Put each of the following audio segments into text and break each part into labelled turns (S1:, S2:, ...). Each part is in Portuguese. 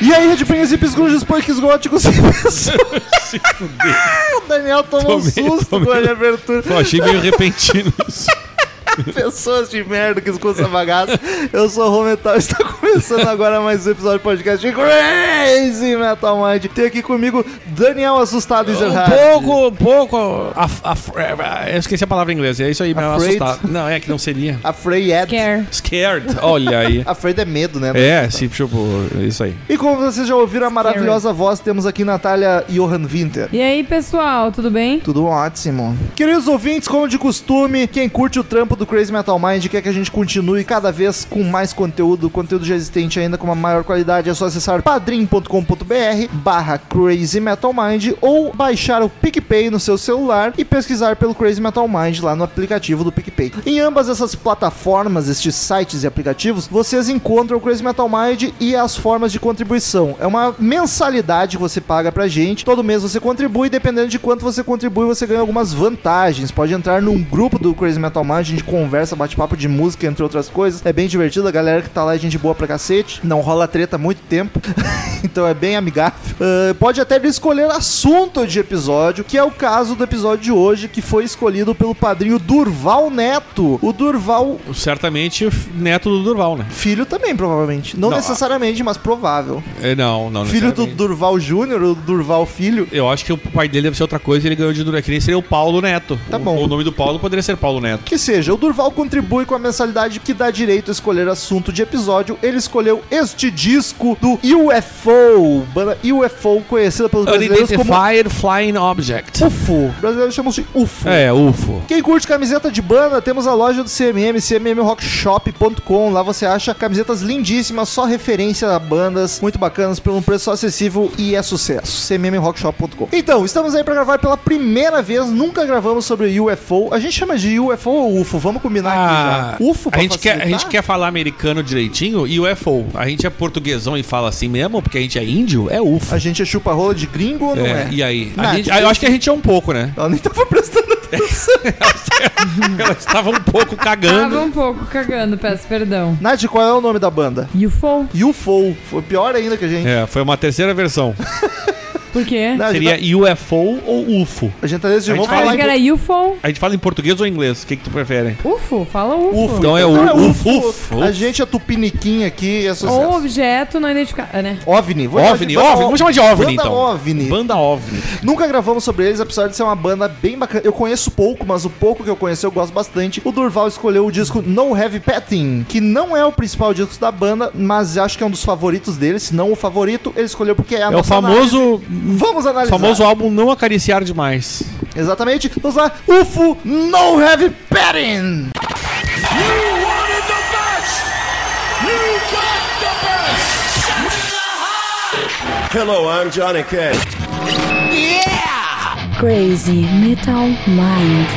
S1: E aí, redpenhas, hippies, grunges, punks, góticos e pessoas.
S2: Se fuder.
S1: O Daniel tomou
S2: Tomei,
S1: um susto
S2: tomei.
S1: com a minha abertura.
S2: Eu achei meio repentino isso.
S1: Pessoas de merda que escutam essa bagaça. Eu sou o Rô Metal e está começando agora mais um episódio do podcast de Crazy Metal Mind. Tem aqui comigo Daniel Assustado Ezerhard.
S2: Um pouco, um pouco. af- af- eu esqueci a palavra em inglês. É isso aí, mas
S1: Afraid?
S2: assustar. Não, é que não seria.
S1: Afraid Ed.
S3: Care.
S2: Scared. Olha aí.
S1: Afraid é medo, né?
S2: É, sim, tipo, isso aí.
S1: E como vocês já ouviram a maravilhosa voz, temos aqui Natália Johan Winter.
S3: E aí, pessoal, tudo bem?
S1: Tudo ótimo. Queridos ouvintes, como de costume, quem curte o trampo do Crazy Metal Mind quer que a gente continue cada vez com mais conteúdo, conteúdo já existente ainda com uma maior qualidade, é só acessar padrim.com.br barra Crazy Metal Mind ou baixar o PicPay no seu celular e pesquisar pelo Crazy Metal Mind lá no aplicativo do PicPay. Em ambas essas plataformas, estes sites e aplicativos, vocês encontram o Crazy Metal Mind e as formas de contribuição. É uma mensalidade que você paga pra gente. Todo mês você contribui, dependendo de quanto você contribui, você ganha algumas vantagens. Pode entrar num grupo do Crazy Metal Mind, a gente conversa, bate papo de música, entre outras coisas. É bem divertido, a galera que tá lá é gente boa pra cacete. Não rola treta há muito tempo. então é bem amigável. Ah, pode até escolher assunto de episódio, que é o caso do episódio de hoje, que foi escolhido pelo padrinho Durval Neto. O Durval
S2: Certamente neto do Durval, né?
S1: Filho também, provavelmente. Não,
S2: Não,
S1: necessariamente, mas provável.
S2: É, não, não.
S1: Filho do
S2: necessariamente.
S1: Durval Júnior, o Durval Filho.
S2: Eu acho que o pai dele deve ser outra coisa, ele ganhou de Durval. é Que nem seria o Paulo Neto.
S1: Tá
S2: O-
S1: bom.
S2: O, nome do Paulo poderia ser Paulo Neto.
S1: Que seja, o Durval contribui com a mensalidade que dá direito a escolher assunto de episódio. Ele escolheu este disco do UFO, banda UFO conhecida pelos brasileiros como
S2: É Unidentified Flying Object.
S1: UFO. Os brasileiros chamam de UFO.
S2: É, UFO.
S1: Quem curte camiseta de banda, temos a loja do CMM, cmmrockshop.com. Lá você acha camisetas lindíssimas, só referência a bandas, muito bacanas, por um preço acessível e é sucesso. cmmrockshop.com. Então, estamos aí pra gravar pela primeira vez, nunca gravamos sobre UFO. A gente chama de UFO ou UFO, vamos combinar
S2: Ah,
S1: Tá aqui já. UFO
S2: a
S1: pra
S2: gente, quer, a
S1: facilitar?
S2: gente quer falar americano direitinho e UFO. A gente é portuguesão e fala assim mesmo, porque a gente é índio, é UFO.
S1: A gente é chupa-rola de gringo ou não
S2: É,
S1: é?
S2: E aí? A
S1: Nath,
S2: gente- ah, eu acho que a gente é um pouco, né?
S1: Ela nem tava prestando atenção. Hum.
S2: Elas estavam um pouco
S3: Tava
S2: cagando.
S3: um pouco cagando, peço perdão.
S1: Nath, qual é o nome da banda?
S3: UFO?
S1: UFO. Foi pior ainda que a gente.
S2: É, foi uma terceira versão.
S3: Por quê?
S1: Não, um a gente
S2: É, Seria
S1: tá-
S2: UFO ou UFO?
S1: A gente tá nesse
S2: A gente
S1: vamos
S2: fala
S3: Ah,
S1: falar
S3: que
S1: em
S3: era UFO?
S2: A gente fala em português ou em inglês? O que, que tu prefere?
S3: UFO? Fala UFO.
S1: Ufo.
S2: Então é
S1: Então
S2: o-
S1: é
S2: ufo,
S1: ufo.
S2: ufo.
S1: A gente é tupiniquim aqui, é sucesso.
S3: Ou objeto não identificado, é, né?
S1: OVNI. Vou chamar de
S2: OVNI,
S1: banda
S2: OVNI. Vamos chamar de OVNI,
S1: Banda
S2: então.
S1: OVNI.
S2: Banda OVNI.
S1: Nunca gravamos sobre eles, apesar de ser uma banda bem bacana. Eu conheço pouco, mas o pouco que eu conheço eu gosto bastante. O Durval escolheu o disco No Heavy Petting, que não é o principal disco da banda, mas acho que é um dos favoritos deles, se não o favorito. Ele escolheu porque é a
S2: É o
S1: nossa análise.
S2: famoso,
S1: Vamos analisar.
S2: famoso álbum Não Acariciar Demais.
S1: Exatamente. Vamos lá. UFO No Heavy Petting.
S4: Hello, I'm Johnny Cash.
S5: Crazy Metal Mind.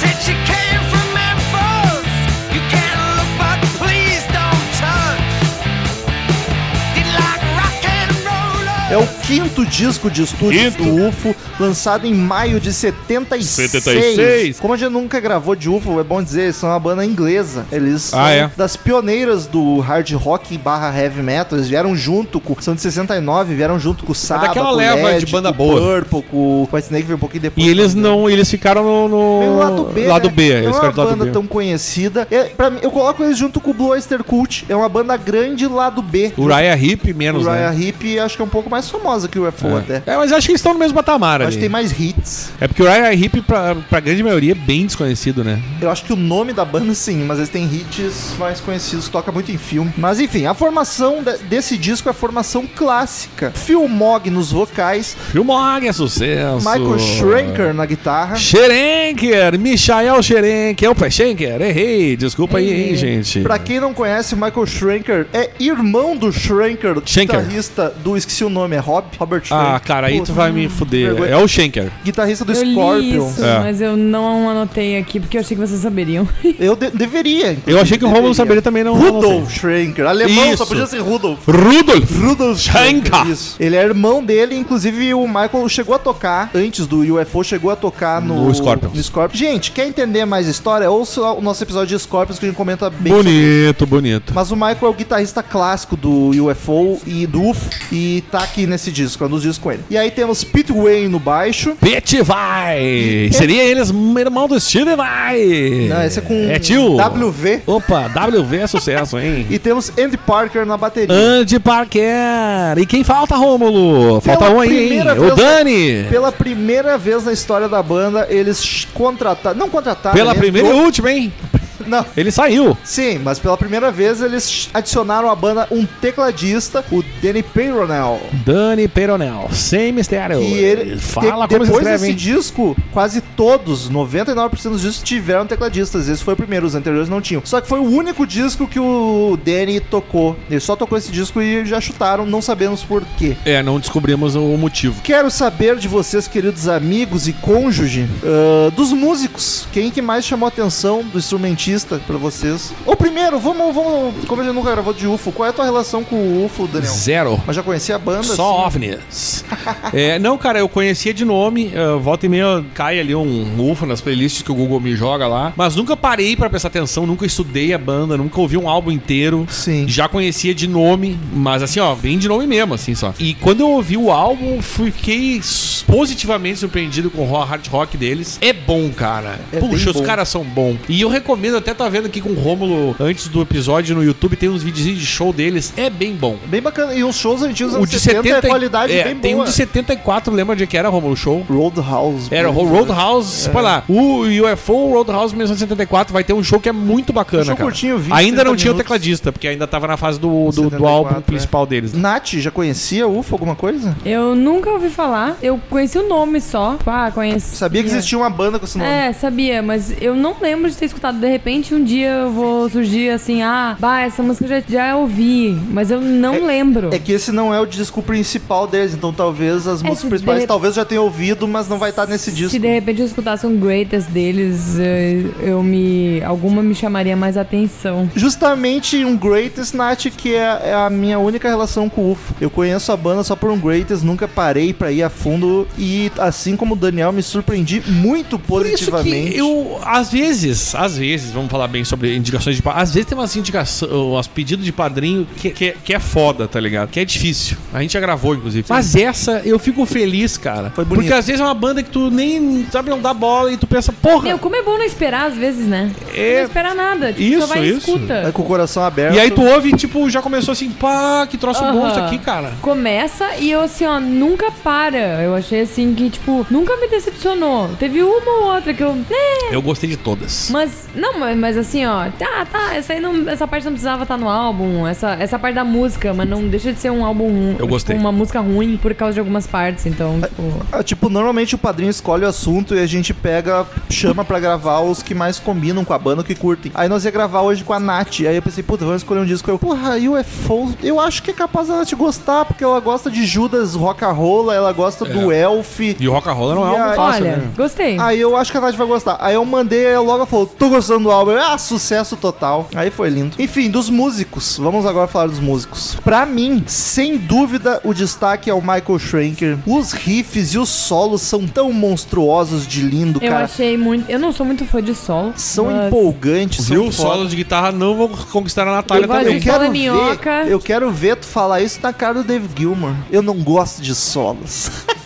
S6: Since you came from Memphis, you can look, but please don't touch. Did like rock and roll.
S1: É o quinto disco de estúdio
S2: Quinto.
S1: do UFO, lançado em maio de 76.
S2: 76.
S1: Como a gente nunca gravou de UFO, é bom dizer, eles são uma banda inglesa. Eles
S2: Ah,
S1: são
S2: é?
S1: das pioneiras do hard rock barra heavy metal. Eles vieram junto com... São de 69, vieram junto com o Saba,
S2: daquela
S1: com o
S2: leva
S1: Led,
S2: de banda
S1: com o
S2: boa. né?
S1: Purple, com o White Snake veio um pouquinho depois.
S2: E eles não. Eles ficaram no.
S1: Meio
S2: no
S1: lado B,
S2: Lado
S1: né?
S2: B.
S1: Não é
S2: Eles
S1: uma
S2: ficaram do
S1: banda
S2: lado B.
S1: tão conhecida. É, pra mim, eu coloco eles junto com o Blue Oyster Cult. É uma banda grande lado B.
S2: Uriah Heep é menos,
S1: Uriah
S2: né?
S1: Heep acho que é um pouco mais famosa que o UFO até.
S2: É, mas acho que eles estão no mesmo patamar
S1: Acho que tem
S2: ali.
S1: mais hits.
S2: É porque o Uriah Heep, pra, pra grande maioria, é bem desconhecido, né?
S1: Eu acho que o nome da banda sim, mas eles têm hits mais conhecidos, toca muito em filme. Mas enfim, a formação de- desse disco é a formação clássica. Phil Mogg nos vocais,
S2: Filmog é sucesso.
S1: Michael né? Schrenker na guitarra.
S2: Scherenker, Michael Scherenker. Opa, Schenker, errei. Desculpa aí, hein, gente.
S1: Pra quem não conhece, o Michael Schrenker é irmão do Schrenker,
S2: Schenker.
S1: guitarrista do esqueci o nome, é Rob, Robert
S2: Ah,
S1: Frank.
S2: cara, aí
S1: Pô,
S2: tu vai me fuder.
S1: vergonha.
S2: É o Schenker.
S1: Guitarrista do
S3: Eu li
S1: Scorpion.
S3: isso,
S2: É.
S3: mas eu não anotei aqui porque eu achei que vocês saberiam.
S1: Eu de- deveria. inclusive,
S2: Eu achei que o Romulo
S1: deveria.
S2: saberia também, não.
S1: Rudolf Schrenker. Alemão, só
S2: Isso.
S1: podia ser Rudolf.
S2: Rudolf!
S1: Rudolf
S2: Schenker.
S1: Isso. Ele é irmão dele, inclusive o Michael chegou a tocar, antes do UFO, chegou a tocar no,
S2: No Scorpions.
S1: no Scorpions. Gente, quer entender mais história? Ouça o nosso episódio de Scorpions que a gente comenta bem. sobre-
S2: Bonito, bonito.
S1: Mas o Michael é o guitarrista clássico do UFO e do UFO e tá aqui nesse disco, é um dos discos com ele. E aí temos Pete Wayne no baixo.
S2: Pete vai! Seria eles irmão do Steve vai!
S1: Não, esse é com
S2: É tio!
S1: WV.
S2: Opa, WV é sucesso, hein?
S1: E temos Andy Parker na bateria.
S2: Andy Parker! E quem falta, Rômulo? Falta
S1: Pela
S2: um aí, hein?
S1: é primeira vez-
S2: O Dani!
S1: Pela primeira vez na história da banda, eles contrataram. Não contrataram.
S2: Pela
S1: ele
S2: primeira e
S1: entrou-
S2: última, hein?
S1: Não,
S2: Ele saiu.
S1: Sim, mas pela primeira vez eles adicionaram à banda um tecladista, o Danny Peyronel.
S2: Dani Peronel, sem mistério.
S1: E ele
S2: fala
S1: de-
S2: como se
S1: depois
S2: escreve,
S1: desse
S2: hein?
S1: disco, quase todos, 99% dos discos tiveram tecladistas. Esse foi o primeiro, os anteriores não tinham. Só que foi o único disco que o Danny tocou. Ele só tocou esse disco e já chutaram, não sabemos por quê.
S2: É, não descobrimos o motivo.
S1: Quero saber de vocês, queridos amigos e cônjuge, ah, dos músicos. Quem que mais chamou a atenção do instrumentista pra vocês? Ô, primeiro, vamos, vamos. Como a gente nunca gravou de UFO, qual é a tua relação com o UFO, Daniel?
S2: Zero.
S1: Mas já conhecia a banda? assim.
S2: Só OVNIs. É, não, cara, eu conhecia de nome. eh, volta e meia cai ali um UFO nas playlists que o Google me joga lá. Mas nunca parei pra prestar atenção, nunca estudei a banda, nunca ouvi um álbum inteiro.
S1: Sim.
S2: Já conhecia de nome, mas assim, ó, bem de nome mesmo, assim só. E quando eu ouvi o álbum, fiquei s- positivamente surpreendido com o ro- hard rock deles. É bom, cara.
S1: É
S2: Puxa,
S1: bem
S2: os
S1: bom.
S2: caras são bons. E eu recomendo, até tá vendo aqui com o Rômulo antes do episódio no YouTube, tem uns videozinhos de show deles. É bem bom.
S1: Bem bacana. E os shows antigos
S2: O
S1: anos
S2: de
S1: 70,
S2: 70
S1: é qualidade
S2: é,
S1: bem
S2: Tem
S1: boa.
S2: um de 74, lembra de que era, Romulo, o show?
S1: Roadhouse.
S2: Era o
S1: Blues, né?
S2: Roadhouse, põe lá. O UFO Roadhouse 1974 vai ter um show que é muito bacana,
S1: Um show
S2: cara.
S1: curtinho, 20,
S2: ainda não
S1: 30
S2: tinha o
S1: minutos.
S2: tecladista, porque ainda tava na fase do, do, do
S1: 74,
S2: álbum
S1: é.
S2: principal deles.
S1: Nath, já conhecia o UFO alguma coisa?
S3: Eu nunca ouvi falar, eu conheci o nome só. Ah, conheci.
S1: Sabia que existia uma banda com esse nome.
S3: É, sabia, mas eu não lembro de ter escutado. De repente, um dia eu vou surgir assim, ah, bah, essa música eu já, já ouvi, mas eu não lembro.
S1: É que esse não é o disco principal deles, então talvez as
S3: É,
S1: músicas
S3: se
S1: principais
S3: de-
S1: talvez já tenha ouvido, mas não vai estar nesse disco.
S3: Se de repente eu escutasse um greatest deles, eh, eu me. alguma me chamaria mais atenção.
S1: Justamente um Greatest Night, que é, é a minha única relação com o UFO. Eu conheço a banda só por um Greatest, nunca parei pra ir a fundo. E assim como o Daniel, me surpreendi muito
S2: Por isso
S1: positivamente.
S2: que eu, às vezes, às vezes, vamos falar bem sobre indicações de pa- Às vezes tem umas indicações, umas pedidos de padrinho que, que, que é foda, tá ligado? Que é difícil. A gente já gravou, inclusive. Mas essa, eu fico feliz, cara.
S1: Foi bonito.
S2: porque às vezes é uma banda que tu nem, sabe, não dá bola e tu pensa, porra,
S3: Meu, como é bom não esperar às vezes, né?
S2: É.
S3: Não esperar nada. Tipo,
S2: Isso,
S3: só vai e
S2: isso.
S1: É,
S3: escuta.
S1: com o coração aberto.
S2: E aí tu ouve, tipo, já começou assim, pá, que troço bom
S3: Aham.
S2: isso aqui, cara.
S3: Começa e eu assim, ó, nunca para. Eu achei assim que, tipo, nunca me decepcionou. Teve uma ou outra que eu. né,
S2: Eu gostei de todas.
S3: Mas, não, mas- mas assim, ó, tá, tá, essa, aí não, essa parte não precisava estar no álbum, essa, essa parte da música, mas não deixa de ser um álbum ruim. tipo,
S2: gostei.
S3: uma música ruim por causa de algumas partes, então, tipo.
S1: Ah, Tipo, normalmente o padrinho escolhe o assunto e a gente pega, chama pra gravar os que mais combinam com a banda, que curtem. Aí nós ia gravar hoje com a Nath. Aí eu pensei, puta, vamos escolher um disco. Eu, porra, UFO, eu acho que é capaz da Nath gostar, porque ela gosta de Judas rock and roll, ela gosta do
S2: É.
S1: Elf.
S2: E o rock and roll não é
S1: E
S2: algo
S1: aí-
S2: fácil,
S3: Olha,
S2: né?
S3: gostei.
S1: Aí eu acho que a Nath vai gostar. Aí eu mandei, aí ela logo falou, tô gostando do álbum. Eu, Ah, sucesso total. Aí foi lindo. Enfim, dos músicos. Vamos agora falar dos músicos. Pra mim, sem dúvida, o destaque é o Michael Schrenker. Os riffs e os solos são tão monstruosos de lindo,
S3: eu
S1: cara.
S3: achei muito. Eu não sou muito fã de solo.
S1: São
S3: mas
S1: empolgantes,
S2: Viu?
S1: são foda.
S2: Solos de guitarra não vão conquistar a Natália
S3: Eu gosto
S2: também.
S3: de- Solo minhoca.
S1: ver, eu quero ver tu falar isso na cara do Dave Gilmour. Eu não gosto de solos.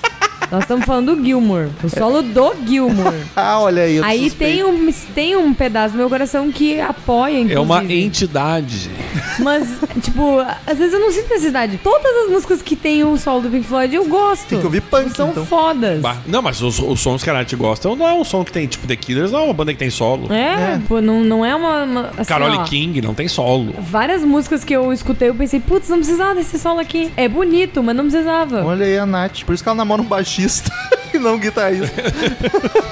S3: Nós estamos falando do Gilmore. O solo do Gilmore.
S1: ah, olha aí. eu
S3: Aí
S1: suspeito.
S3: tem um, tem um pedaço do meu coração que apoia, inclusive.
S2: É uma entidade.
S3: Mas, tipo, às vezes eu não sinto necessidade. Todas as músicas que tem o solo do Pink Floyd, eu gosto.
S1: Tem que ouvir punk,
S3: São
S1: então.
S3: fodas.
S2: Bah, Não, mas os, os sons que a Nath gosta não é um som que tem, tipo, The Killers, não é uma banda que tem solo.
S3: É, pô, não, não é uma. uma assim,
S2: Carole
S3: ó,
S2: King não tem solo.
S3: Várias músicas que eu escutei, eu pensei, putz, não precisava desse solo aqui. É bonito, mas não precisava.
S1: Olha aí a Nath. Por isso que ela namora um baixista. e não guitarrista.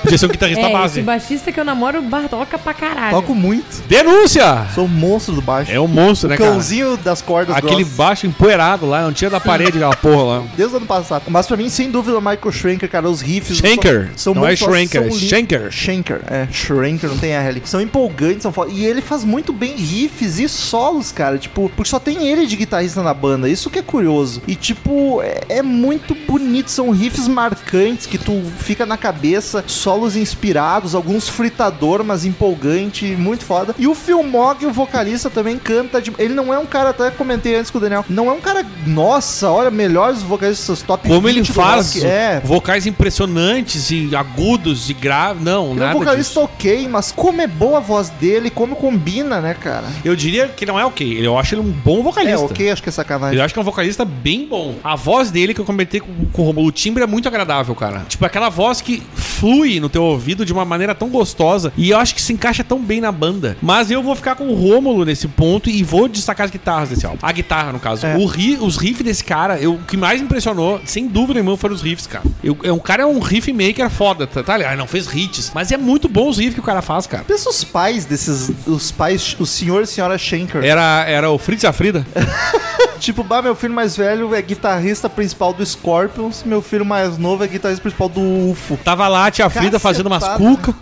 S2: Podia ser um guitarrista
S3: É,
S2: base.
S3: esse baixista que eu namoro bar- toca pra caralho.
S1: Toco muito.
S2: Denúncia!
S1: Sou um monstro do baixo.
S2: É um monstro, né, cara?
S1: Cãozinho das cordas
S2: Aquele
S1: grossas.
S2: baixo empoeirado lá, não tinha da parede aquela porra lá.
S1: Desde o ano passado. Mas pra mim, sem dúvida, Michael Schrenker, cara, os riffs...
S2: Schenker.
S1: São, são
S2: Não é
S1: muito- são um
S2: Schrenker, é
S1: li-
S2: Schenker.
S1: Schenker, é. Schrenker, não tem R ali. São empolgantes, são foda. E ele faz muito bem riffs e solos, cara. Tipo, porque só tem ele de guitarrista na banda. Isso que é curioso. E, tipo, é, é muito bonito. São riffs marcantes que tu fica na cabeça. Solos inspirados, alguns fritador, mas empolgante. Muito foda. E o Filmog, o vocalista, também canta. de- Ele não é um cara, até comentei antes com o Daniel, não é um cara, nossa, olha, melhores vocalistas top
S2: Como ele
S1: 20 do
S2: faz
S1: rock. É,
S2: vocais impressionantes e agudos e graves.
S1: ele
S2: Não,
S1: é um
S2: nada
S1: vocalista
S2: disso.
S1: ok, mas como é boa a voz dele, como combina, né, cara?
S2: Eu diria que não é ok. Eu acho ele um bom vocalista.
S1: É, ok, acho que é sacanagem.
S2: Eu acho que é um vocalista bem bom. A voz dele que eu comentei com, com o Romulo, o timbre é muito agradável, cara. Tipo, aquela voz que flui no teu ouvido de uma maneira tão gostosa e eu acho que se encaixa tão bem na banda. Mas eu vou ficar com o Rômulo nesse ponto e vou destacar as guitarras desse álbum. A guitarra, no caso.
S1: É.
S2: O ri- os riffs desse cara, eu- o que mais me impressionou, sem dúvida nenhuma, foram os riffs, cara. Eu, é um cara é um riff maker foda, tá? tá ligado? Ah, não fez hits, mas é muito bom os riffs que o cara faz, cara.
S1: Pensa os pais desses. Os pais, o senhor e a senhora Schenker.
S2: Era, era o Fritz e a Frida? É.
S1: Tipo, bah, meu filho mais velho é guitarrista principal do Scorpions, meu filho mais novo é guitarrista principal do UFO.
S2: Tava lá a tia
S1: Cacetada.
S2: Frida fazendo umas cuca.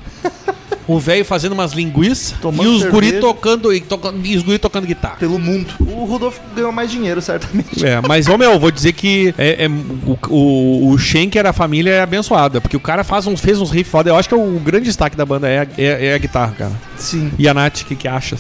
S2: O velho fazendo umas linguiças
S1: Tomando
S2: e os guri
S1: cerveja.
S2: tocando e, toca- e os guri tocando guitarra.
S1: Pelo mundo. O Rodolfo ganhou mais dinheiro, certamente.
S2: É, mas, ô meu, vou dizer que é, é- o, o, o Schenker, a família é abençoada, porque o cara faz uns, fez uns riffs foda. Eu acho que é o grande destaque da banda é a, é- é a guitarra, cara.
S1: Sim.
S2: E a Nath, o que, que acha?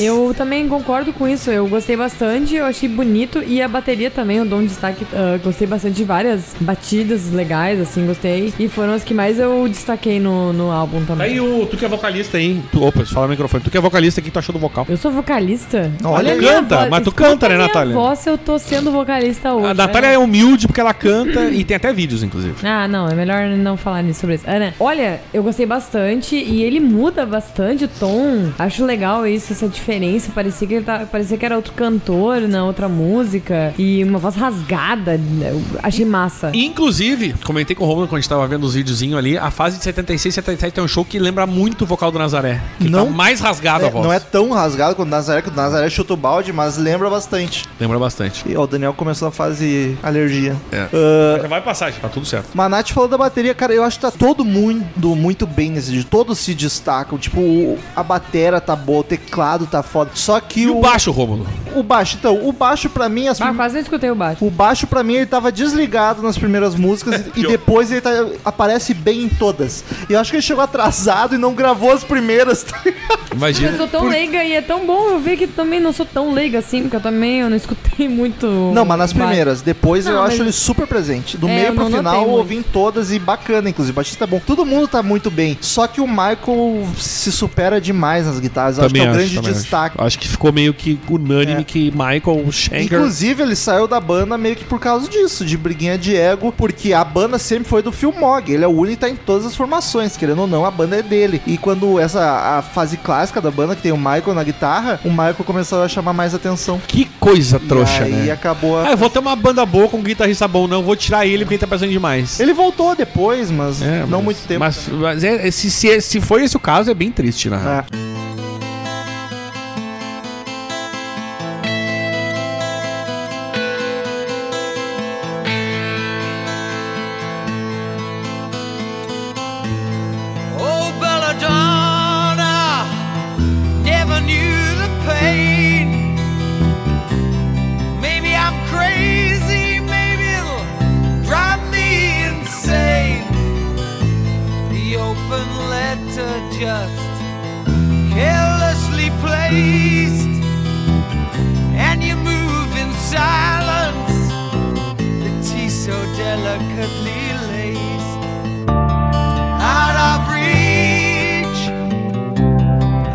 S3: Eu também concordo com isso, eu gostei bastante, eu achei bonito e a bateria também, eu dou um destaque, ah, gostei bastante de várias batidas legais, assim, gostei. E foram as que mais eu destaquei no, no álbum
S2: Tá
S3: também.
S2: Aí o, tu que é vocalista, hein? Tu, opa, deixa eu falar no microfone. Tu que é vocalista, o que tu achou do vocal?
S3: Eu sou vocalista?
S1: Olha,
S3: a
S2: tu
S3: minha
S2: canta,
S3: voz.
S2: mas tu
S3: Escuta
S2: canta, né,
S3: a minha
S2: Natália?
S3: Voz, eu tô sendo vocalista hoje.
S2: A Natália
S3: olha.
S2: é humilde porque ela canta e tem até vídeos, inclusive.
S3: Ah, não, é melhor não falar nisso sobre isso. Ana, olha, eu gostei bastante e ele muda bastante o tom. Acho legal isso, essa diferença. Parecia que, ele tá, parecia que era outro cantor na outra música e uma voz rasgada. Eu achei massa.
S2: Inclusive, comentei com o Romulo quando a gente tava vendo os videozinhos ali, a fase de 76 e 77 é um show que lembra muito o vocal do Nazaré. Que
S1: Não-
S2: tá mais rasgado a
S1: É,
S2: voz.
S1: não é tão rasgado quanto o Nazaré, que o Nazaré chuta o balde, mas lembra bastante.
S2: Lembra bastante.
S1: E ó, o Daniel começou a fase alergia.
S2: É.
S1: Ah,
S2: Já vai passar, já tá tudo certo.
S1: Mas a Nath falou da bateria, cara, eu acho que tá todo mundo muito bem nesse disco. Todos se destacam. Tipo, o- a batera tá boa, o teclado tá foda. Só que
S2: E
S1: o,
S2: o baixo, Romulo?
S1: o baixo, então, o baixo pra mim, as
S3: Ah,
S1: prim-
S3: quase não escutei o baixo.
S1: o baixo pra mim ele tava desligado nas primeiras músicas e
S2: pior.
S1: depois ele tá- aparece bem em todas. E eu acho que ele chegou atrasado e não gravou as primeiras. tá ligado?
S3: Eu
S2: Imagina.
S3: sou tão leiga e é tão bom eu ver que também não sou tão leiga assim, porque eu também eu não escutei muito.
S1: não, mas nas
S3: baixo.
S1: primeiras. Depois
S3: Não,
S1: eu
S3: mas-
S1: acho ele super presente. Do
S3: É,
S1: meio
S3: eu
S1: pro
S3: não
S1: final
S3: notei
S1: eu
S3: muito.
S1: ouvi em todas e bacana, inclusive. O Batista é bom. Todo mundo tá muito bem. Só que o Michael se supera demais nas guitarras. Eu acho que é um grande
S2: também acho. Ah,
S1: destaque.
S2: Acho. que ficou meio que unânime
S1: É.
S2: que Michael Schenker.
S1: Inclusive, ele saiu da banda meio que por causa disso, de briguinha de ego, porque a banda sempre foi do Filmog. Ele é o único que tá em todas as formações, querendo ou não, a banda é dele. E quando essa a fase clássica da banda, que tem o Michael na guitarra, o Michael começou a chamar mais atenção.
S2: Que coisa trouxa,
S1: e aí
S2: né?
S1: acabou a...
S2: Ah, eu vou ter uma banda boa com um guitarrista bom, não. Vou tirar ele porque ele tá pensando demais.
S1: Ele voltou depois, mas
S2: É,
S1: não
S2: mas-
S1: muito tempo.
S2: Mas, mas é- se, se, se foi esse o caso, é bem triste, né?
S1: É.
S6: Oh, Belladonna never knew the pain. Maybe I'm crazy, maybe it'll drive me insane. The open letter just carelessly placed, and you move in silence. The tea so delicately laced out of reach,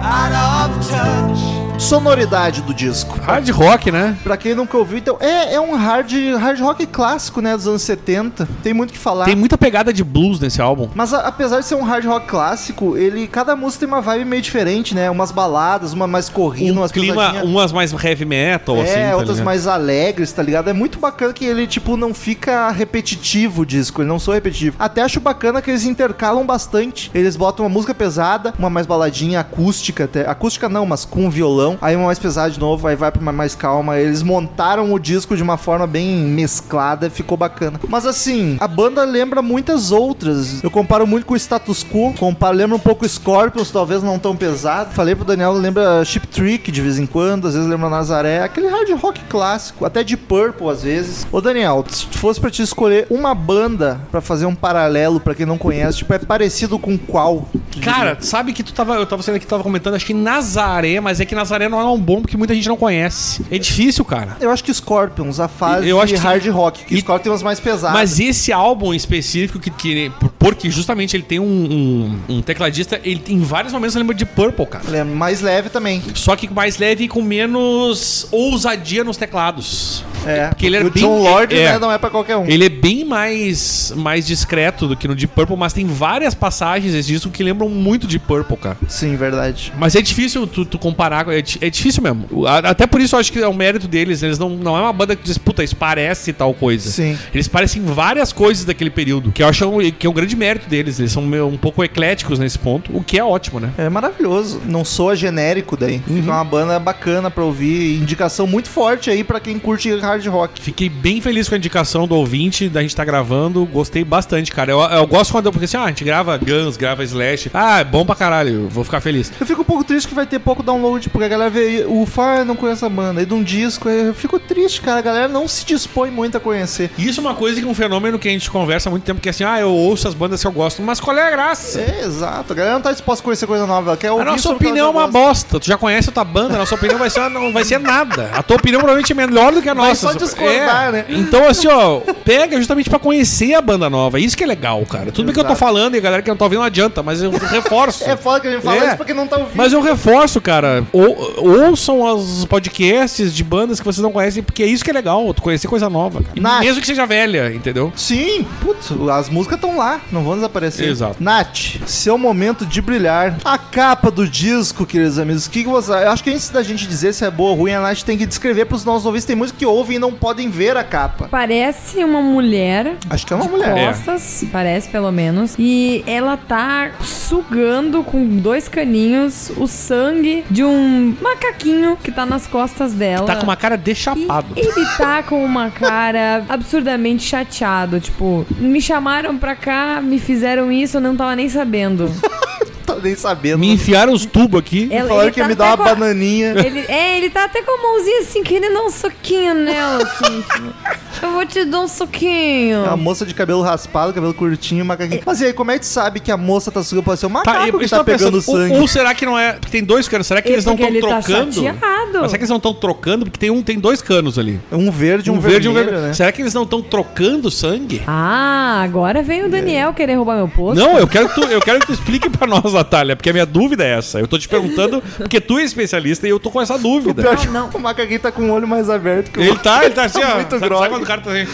S6: out of touch.
S1: sonoridade do disco.
S2: Hard rock, né?
S1: Pra quem nunca ouviu, então, é, é um hard, hard rock clássico, né, dos anos 70. Tem muito o que falar.
S2: Tem muita pegada de blues nesse álbum.
S1: Mas a- apesar de ser um hard rock clássico, ele cada música tem uma vibe meio diferente, né? Umas baladas, uma mais corrida,
S2: Um
S1: umas
S2: clima,
S1: pesadinhas.
S2: umas mais heavy metal, assim.
S1: é,
S2: tá
S1: outras
S2: ligado?
S1: mais alegres, tá ligado? É muito bacana que ele, tipo, não fica repetitivo o disco, ele não sou repetitivo. Até acho bacana que eles intercalam bastante. Eles botam uma música pesada, uma mais baladinha, acústica até. Acústica não, mas com violão. Aí uma mais pesada de novo, aí vai pra uma mais calma. Eles montaram o disco de uma forma bem mesclada, ficou bacana. Mas assim, a banda lembra muitas outras. Eu comparo muito com o Status Quo, comparo, lembra um pouco Scorpions, talvez não tão pesado. Falei pro Daniel, lembra Chip Trick de vez em quando, às vezes lembra Nazaré, aquele hard rock clássico, até de Purple às vezes. Ô Daniel, se fosse pra te escolher uma banda pra fazer um paralelo pra quem não conhece, tipo, é parecido com qual? Tu diria?
S2: Cara, sabe que tu tava. Eu tava sendo aqui, tava comentando, acho que Nazaré, mas é que Nazaré não é um bom porque muita gente não conhece. É difícil, cara.
S1: eu acho que Scorpions, a fase
S2: Eu acho que-
S1: hard rock, que
S2: E-
S1: Scorpions tem umas mais pesadas.
S2: Mas esse álbum em específico, que, que- porque justamente ele tem um, um- um tecladista, ele em vários momentos lembra de Purple, cara.
S1: Ele é mais leve também.
S2: Só que mais leve e com menos ousadia nos teclados.
S1: É.
S2: Porque ele era
S1: E o
S2: bem-
S1: John Lord
S2: é.
S1: né, não é pra qualquer um.
S2: Ele é bem mais, mais discreto do que no Deep Purple, mas tem várias passagens desse disco que lembram muito de Purple, cara.
S1: Sim, verdade.
S2: Mas é difícil tu, tu comparar, com- é, di- é difícil mesmo. O- a- Até por isso eu acho que é o mérito deles. Eles não, não é uma banda que diz, puta, isso parece tal coisa.
S1: Sim.
S2: Eles parecem várias coisas daquele período, que eu acho um- que é um grande mérito deles. Eles são meio, um pouco ecléticos nesse ponto, o que é ótimo, né?
S1: É maravilhoso. Não soa genérico daí.
S2: Uhum.
S1: Fica uma banda bacana pra ouvir. Indicação muito forte aí pra quem curte hard rock.
S2: Fiquei bem feliz com a indicação do ouvinte, da gente tá gravando. Gostei bastante, cara. Eu, eu gosto quando. Porque assim, ah, a gente grava Guns, grava Slash. Ah, é bom pra caralho, eu vou ficar feliz.
S1: Eu fico um pouco triste que vai ter pouco download, porque a galera vê, ufa, eu não conheço a banda. Aí de um disco, aí eu fico triste, cara. A galera não se dispõe muito a conhecer.
S2: Isso é uma coisa que é um fenômeno que a gente conversa há muito tempo, que é assim, ah, eu ouço as bandas que eu gosto, mas qual é a graça?
S1: É, exato. A galera não tá disposta a conhecer coisa nova. Ela quer
S2: A
S1: ouvir
S2: nossa
S1: sobre o que
S2: opinião é
S1: ela
S2: uma
S1: gosta.
S2: bosta. Tu já conhece a tua banda, a nossa opinião vai ser, uma- não vai ser nada. A tua opinião provavelmente é melhor do que a
S1: Vai
S2: nossa.
S1: só discordar, né?
S2: Então, assim, ó, pega justamente pra conhecer a banda nova. Isso que é legal, cara. Tudo bem que eu tô
S1: Exato.
S2: falando e a galera que não tá ouvindo não adianta, mas eu reforço.
S1: É foda que a gente fala
S2: É.
S1: isso pra quem não tá ouvindo.
S2: Mas eu reforço, cara. Ou, ouçam os podcasts de bandas que vocês não conhecem, porque é isso que é legal, tu conhecer coisa nova. cara. E
S1: Nath.
S2: Mesmo que seja velha, entendeu?
S1: Sim, putz, as músicas estão lá, não vão desaparecer.
S2: Exato.
S1: Nath, seu momento de brilhar. A capa do disco, queridos amigos, o que, que você. Eu acho que antes da gente dizer se é boa ou ruim, a Nath tem que descrever pros nossos ouvintes. Tem muitos que ouvem e não podem ver a capa.
S3: Parece uma mulher
S1: Acho que é uma mulher.
S2: É.
S3: costas, parece pelo menos, e ela tá sugando com dois caninhos o sangue de um macaquinho que tá nas costas dela.
S1: Ah.
S2: Tá com uma cara de
S3: E
S2: chapado.
S3: ele tá com uma cara absurdamente chateado, tipo, me chamaram pra cá, me fizeram isso, eu não tava nem sabendo.
S1: Não tô nem sabendo.
S2: Me enfiaram os tubos aqui.
S3: Ela,
S1: Falaram
S3: ele
S1: que ia
S3: tá
S1: me
S3: até
S1: dar
S3: com
S1: uma
S3: a-
S1: bananinha.
S3: Ele, é, ele tá até com a mãozinha assim, querendo dar um soquinho nela, assim. tipo, Eu vou te dar um soquinho.
S1: A É moça de cabelo raspado, cabelo curtinho, macaquinho. Mas e aí, como é que sabe que a moça tá sugando? Pode ser um macaco
S2: Tá, eu
S1: que
S2: estava
S1: tá pegando
S2: pensando,
S1: sangue.
S2: Ou, ou será que não é. Porque tem dois canos. Será que
S3: É
S2: eles não
S3: porque
S2: estão
S3: ele tá
S2: trocando?
S3: chateado.
S2: Mas será que eles não estão trocando? Porque tem, um, tem dois canos ali.
S1: Um verde, um,
S2: verde
S1: vermelho,
S2: e um vermelho.
S1: né?
S2: Será que eles não estão trocando sangue?
S3: Ah, agora vem o Daniel querer roubar meu posto.
S2: É. Não, eu quero, que tu, eu quero que tu explique pra nós, Natália, porque a minha dúvida é essa. Eu tô te perguntando, porque tu é especialista e eu tô com essa
S1: O pior
S2: dúvida.
S1: é que o macaquinho tá com o olho mais aberto que o
S2: Ele tá, ele tá assim, ó.
S1: Muito
S2: sabe, sabe
S1: grogue.
S2: quando o cara tá assim?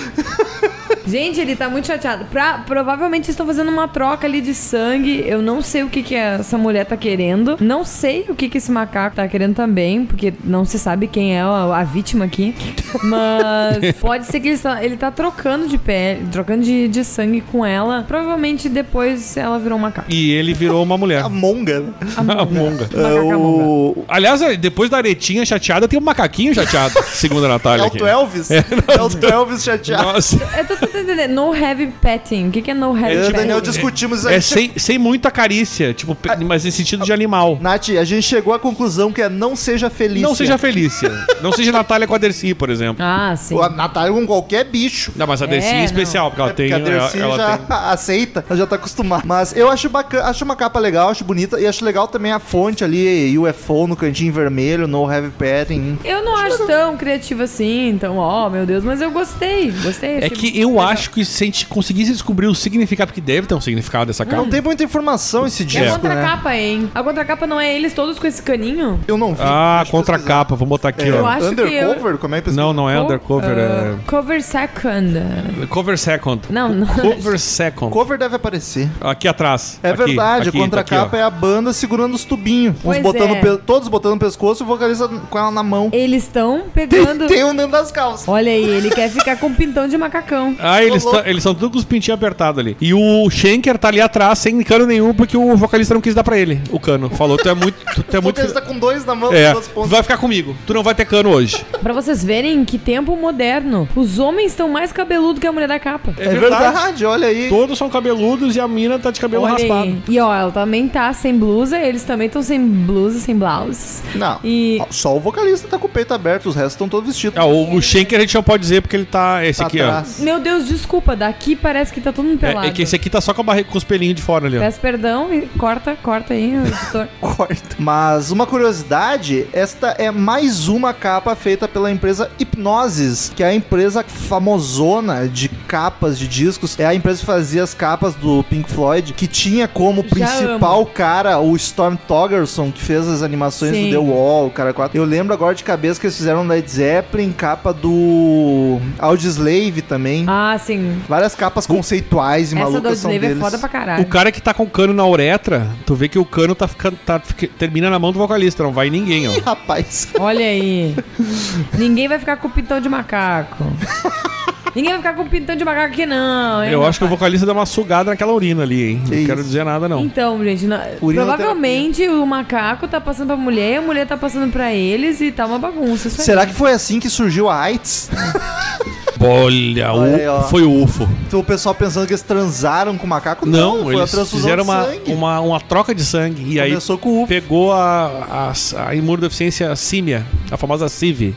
S3: Gente, ele tá muito chateado. Pra- provavelmente estão fazendo uma troca ali de sangue. Eu não sei o que, que essa mulher tá querendo. Não sei o que, que esse macaco tá querendo também, porque não se sabe quem é a, a vítima aqui. Mas pode ser que ele tá, ele tá trocando de pele, trocando de, de sangue com ela. Provavelmente depois ela virou um macaco.
S2: E ele virou uma mulher.
S1: A monga. né?
S2: A monga.
S1: É,
S3: Macaca monga.
S1: o...
S2: Aliás, depois da aretinha chateada, tem um macaquinho chateado, segundo a
S1: É um
S2: Natália.
S1: o
S2: aqui.
S1: do Elvis? É, o do Elvis chateado.
S2: Nossa.
S3: Eu tô tentando entender. No heavy petting. O que, que é no heavy
S1: Eu e o
S3: petting?
S1: Daniel discutimos isso aí.
S2: É sem, sem muita carícia, tipo,
S1: Ah,
S2: pe- mas em sentido de animal.
S1: Nath, a gente chegou à conclusão que é não seja feliz.
S2: Não seja Felícia. não seja Natália com a Dercy, por exemplo.
S3: Ah, sim.
S1: A Natália com qualquer bicho.
S2: Não, mas a Dercy é,
S3: não.
S2: especial, porque ela tem.
S1: Porque a Dercy
S2: ela, ela
S1: já
S2: tem-
S1: aceita, ela já tá acostumada. Mas eu acho bacana, acho uma capa legal, acho bonita. E acho legal também a fonte ali, UFO no cantinho vermelho, no heavy pattern.
S3: Eu não acho tão criativo assim, então, ó, meu Deus, mas eu gostei, gostei.
S2: É
S3: achei
S2: que eu
S3: legal.
S2: acho que se a gente conseguisse descobrir o significado, que deve ter um significado dessa capa.
S1: Não tem muita informação esse
S3: É a
S1: disco, né?
S3: contracapa, hein? A contracapa não é eles todos com esse caninho?
S1: Eu não vi.
S2: Ah,
S1: deixa eu
S2: contra a
S1: pesquisar.
S2: capa, vamos botar aqui,
S1: É,
S3: Eu
S2: ó.
S3: acho que
S1: undercover? Como é que pesquisa?
S2: Não, não é
S3: Co-
S2: undercover,
S3: ah, Cover second.
S1: Ah.
S2: é. Cover second.
S3: Não, não.
S2: Cover second.
S1: Cover deve aparecer.
S2: Aqui atrás.
S1: É
S2: Aqui,
S1: verdade,
S2: aqui,
S1: a
S2: tá
S1: contracapa
S2: aqui, ó.
S1: é a banda segurando os tubinhos. Uns
S3: Pois
S1: botando
S3: é.
S1: pe- todos botando o pescoço e o vocalista com ela na mão.
S3: Eles estão
S1: Tem,
S3: pegando.
S1: tem um dentro das calças.
S3: Olha aí, ele quer ficar com um pintão de macacão.
S2: Ah, eles
S1: Rolou.
S2: tão- eles são tudo com os pintinhos apertados ali. E o Schenker tá ali atrás, sem cano nenhum, porque o vocalista não quis dar pra ele o cano. Falou, tu é muito. Tu é
S1: O
S2: muito.
S1: vocalista com dois na mão,
S2: É,
S1: duas
S2: tu
S1: pontas.
S2: vai ficar comigo. Tu não vai ter cano hoje.
S3: Pra vocês verem que tempo moderno. Os homens estão mais cabeludos que a mulher da capa.
S1: É verdade. olha aí.
S2: Todos são cabeludos e a mina tá de cabelo
S3: Olha aí.
S2: raspado.
S3: E ó, ela também tá sem blusa, eles também estão sem blusa, sem blouses.
S1: Não,
S3: E-
S1: só o vocalista tá com o peito aberto, os restos estão todos vestidos.
S2: Ah, o, o Schenker a gente não pode dizer porque ele tá. Esse
S1: Tá
S2: aqui,
S1: atrás.
S3: Meu Deus, desculpa, daqui parece que tá todo mundo
S2: ó.
S3: pelado.
S2: É, é que esse aqui tá só com a barriga com os pelinhos de fora ali, ó.
S3: Peço perdão e corta, corta aí, o editor.
S1: Corta. Mas uma curiosidade, esta é mais uma capa feita pela empresa Hipnoses, que é a empresa famosona de capas de discos. É a empresa que fazia as capas do Pink Floyd, que tinha como principal cara o Storm Togerson, que fez as animações
S3: Sim.
S1: do The Wall, cara 4. Eu lembro agora de cabeça que eles fizeram um Led Zeppelin, capa do Audioslave também.
S3: Ah, sim.
S1: Várias capas conceituais e
S3: Essa do
S1: malucas são
S3: Slave é
S1: deles.
S3: foda pra caralho.
S2: O cara que tá com o cano na uretra, tu vê que o cano tá ficando. Tá, fica- termina na mão do vocalista, não vai em ninguém, ó.
S1: Ih, rapaz.
S3: Olha aí. Ninguém vai ficar com o pintão de macaco. Ninguém vai ficar com o pintão de macaco aqui, não. hein,
S2: Eu acho que o
S3: rapaz?
S2: vocalista dá uma sugada naquela urina ali, hein?
S1: Que
S2: não
S1: isso.
S2: quero dizer nada, não.
S3: Então, gente, na-
S1: Urinoterapia.
S3: provavelmente o macaco tá passando pra mulher, a mulher tá passando pra eles e tá uma bagunça. Isso aí.
S1: Será que foi assim que surgiu a AIDS?
S2: Olha,
S1: Olha aí, ó.
S2: o, foi o UFO.
S1: Então o pessoal pensando que eles transaram com o macaco?
S2: Não,
S1: foi a
S2: eles
S1: transfusão
S2: fizeram
S1: de
S2: uma,
S1: sangue.
S2: uma, uma troca de sangue. E aí
S1: Começou com o UFO.
S2: pegou a, a, a imunodeficiência símia, a famosa CIV.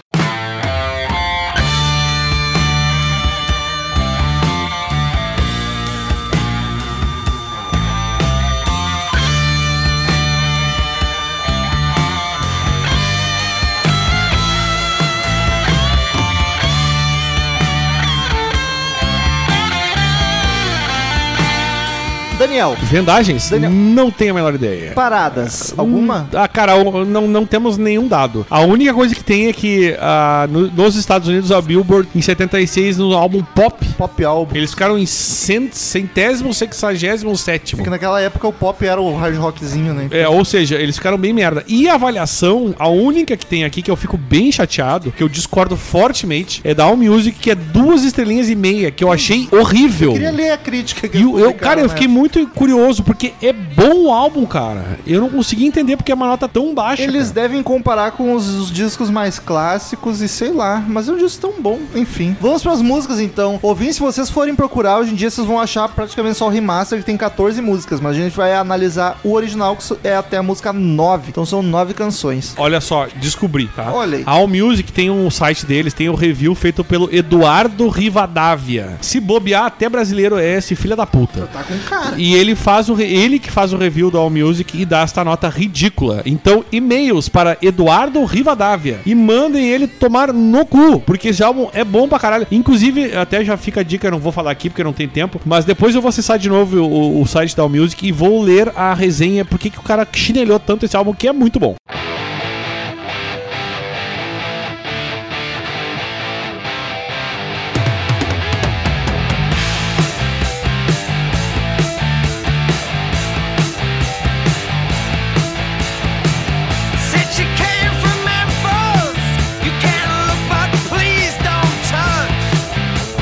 S1: Daniel,
S2: Vendagens?
S1: Daniel.
S2: Não tenho a menor ideia.
S1: paradas. Alguma?
S2: Ah, cara, o- não, não temos nenhum dado. A única coisa que tem é que ah, no- nos Estados Unidos, a Billboard, em 76, no álbum Pop,
S1: Pop álbum.
S2: eles ficaram em cent, centésimo, sexagésimo, sétimo.
S1: Porque naquela época o pop era o hard rockzinho, né?
S2: É, ou seja, eles ficaram bem merda. E a avaliação, a única que tem aqui que eu fico bem chateado, que eu discordo fortemente, é da All Music, que é duas estrelinhas e meia, que eu achei horrível.
S1: Queria ler a crítica que
S2: E eu, eu-
S1: publicaram,
S2: cara, eu
S1: né?
S2: fiquei muito curioso, porque é bom o álbum, cara. Eu não consegui entender porque é uma nota tão baixa.
S1: Eles
S2: cara.
S1: devem comparar com os, os discos mais clássicos e sei lá, mas é um disco tão bom, enfim. Vamos pras músicas então. Ouvintes, se vocês forem procurar, hoje em dia vocês vão achar praticamente só o remaster que tem 14 músicas, mas a gente vai analisar o original que so- é até a música 9. Então são 9 canções.
S2: Olha só, descobri, tá?
S1: Olha aí.
S2: A All Music tem um site deles, tem um review feito pelo Eduardo Rivadavia. Se bobear, até brasileiro é esse, filha da puta.
S1: Tá com cara.
S2: E ele faz o re- ele que faz o review do All Music e dá esta nota ridícula. Então, e-mails para Eduardo Rivadavia e mandem ele tomar no cu, porque esse álbum é bom pra caralho. Inclusive, até já fica a dica, eu não vou falar aqui porque não tem tempo, mas depois eu vou acessar de novo o, o- o site da All Music e vou ler a resenha porque que o cara chinelhou tanto esse álbum que é muito bom.
S6: Said she came from Memphis. You can look, but please don't touch.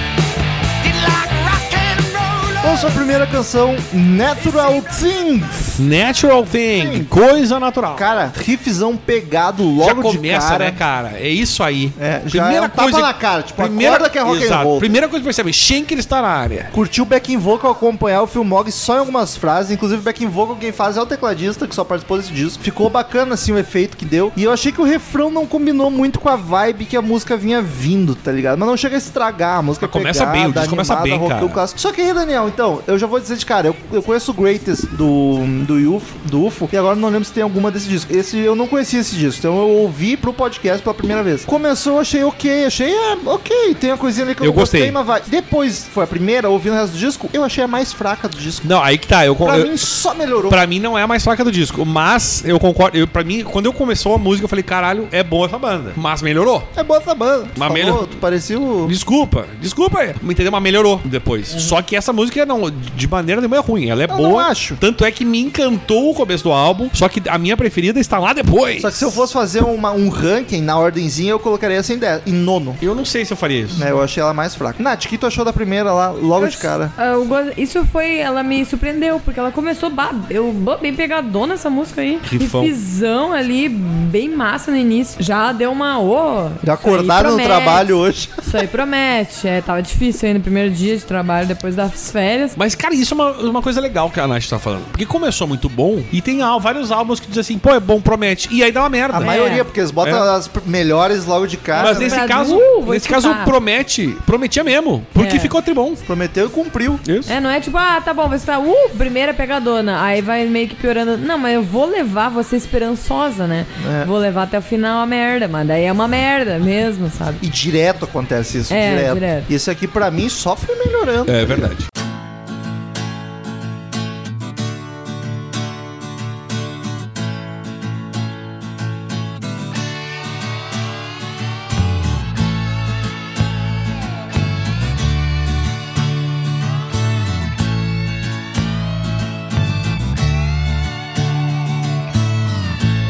S6: Did like rock and roll.
S1: Vamos para a primeira canção, Natural Things.
S2: Natural Thing, coisa natural.
S1: Cara, riffzão pegado
S2: Já
S1: logo
S2: começa,
S1: de cara.
S2: né, cara? É isso aí.
S1: É, já é um tapa na cara, tipo, acorda que é rock and
S2: Exato.
S1: roll.
S2: Primeira coisa que percebe, Schenker está na área.
S1: Curtiu o backing vocal, acompanhar o Filmog só em algumas frases. Inclusive, o backing vocal quem faz é o tecladista, que só participou desse disco. Ficou bacana, assim, o efeito que deu. E eu achei que o refrão não combinou muito com a vibe que a música vinha vindo, tá ligado? Mas não chega a estragar, a música é
S2: Mas começa bem, o disco começa bem,
S1: rock-
S2: cara.
S1: o clássico. Só que aí, Daniel, então, eu já vou dizer de cara, eu, eu conheço o Greatest do do UFO, do UFO, e agora não lembro se tem alguma desse disco. Esse eu não conhecia esse disco, então eu ouvi pro podcast pela primeira vez. Começou, eu achei ok, achei é, ok, tem uma coisinha ali que eu,
S2: Eu gostei.
S1: mas vai. Depois foi a primeira, ouvindo o resto do disco, eu achei a mais fraca do disco.
S2: Não, aí que tá. Eu, con-
S1: Pra
S2: eu-
S1: mim só melhorou.
S2: Pra mim não é a mais fraca do disco, mas eu concordo. Eu, pra mim, quando eu começou a música, eu falei, caralho, é boa essa banda. Mas melhorou.
S1: É boa essa banda. Tu
S2: Mas
S1: falou,
S2: melhor-
S1: tu parecia o.
S2: Desculpa, desculpa, entendeu? Mas melhorou depois. Só que essa música não, de maneira nenhuma é ruim, ela é
S1: Uhum. Eu
S2: boa.
S1: não acho.
S2: Tanto é que me encantou o começo do álbum, só que a minha preferida está lá depois.
S1: Só que se eu fosse fazer uma- um ranking na ordenzinha, eu colocaria essa em, dez, em nono.
S2: Eu não sei se eu faria isso.
S1: Né, eu achei ela mais fraca. Nath, o que tu achou da primeira lá, logo de cara?
S3: Ah, eu go- Isso foi. Ela me surpreendeu, porque ela começou ba- eu, ba- bem pegadona essa música aí.
S2: Rifão.
S3: Rifizão ali, bem massa no início. Já deu uma. Ô!
S1: Já acordaram
S3: isso
S1: no
S3: aí promete,
S1: trabalho hoje.
S3: Isso aí promete. É, tava difícil aí no primeiro dia de trabalho, depois das férias.
S2: Mas, cara, isso é uma, uma coisa legal que a Nath tá falando. Porque começou muito bom e tem al- vários álbuns que dizem assim, pô, é bom, promete. E aí dá uma merda.
S1: A maioria, porque eles botam
S2: É.
S1: as pr- melhores logo de cara.
S2: Mas
S1: né?
S2: nesse
S3: Brasil,
S2: caso,
S3: tá Uh, vou
S2: nesse
S3: escutar.
S2: caso promete, prometia mesmo, porque
S3: É.
S2: ficou tribom.
S1: Prometeu e cumpriu.
S2: Isso.
S3: É, não é tipo, ah, tá bom, você tá, uh, primeira pegadona. Aí vai meio que piorando. Não, mas eu vou levar você esperançosa, né?
S1: É.
S3: Vou levar até o final a merda, mas daí é uma merda mesmo, sabe?
S1: E direto acontece isso,
S3: É,
S1: direto.
S3: direto.
S1: Isso aqui pra mim só foi melhorando.
S2: É verdade.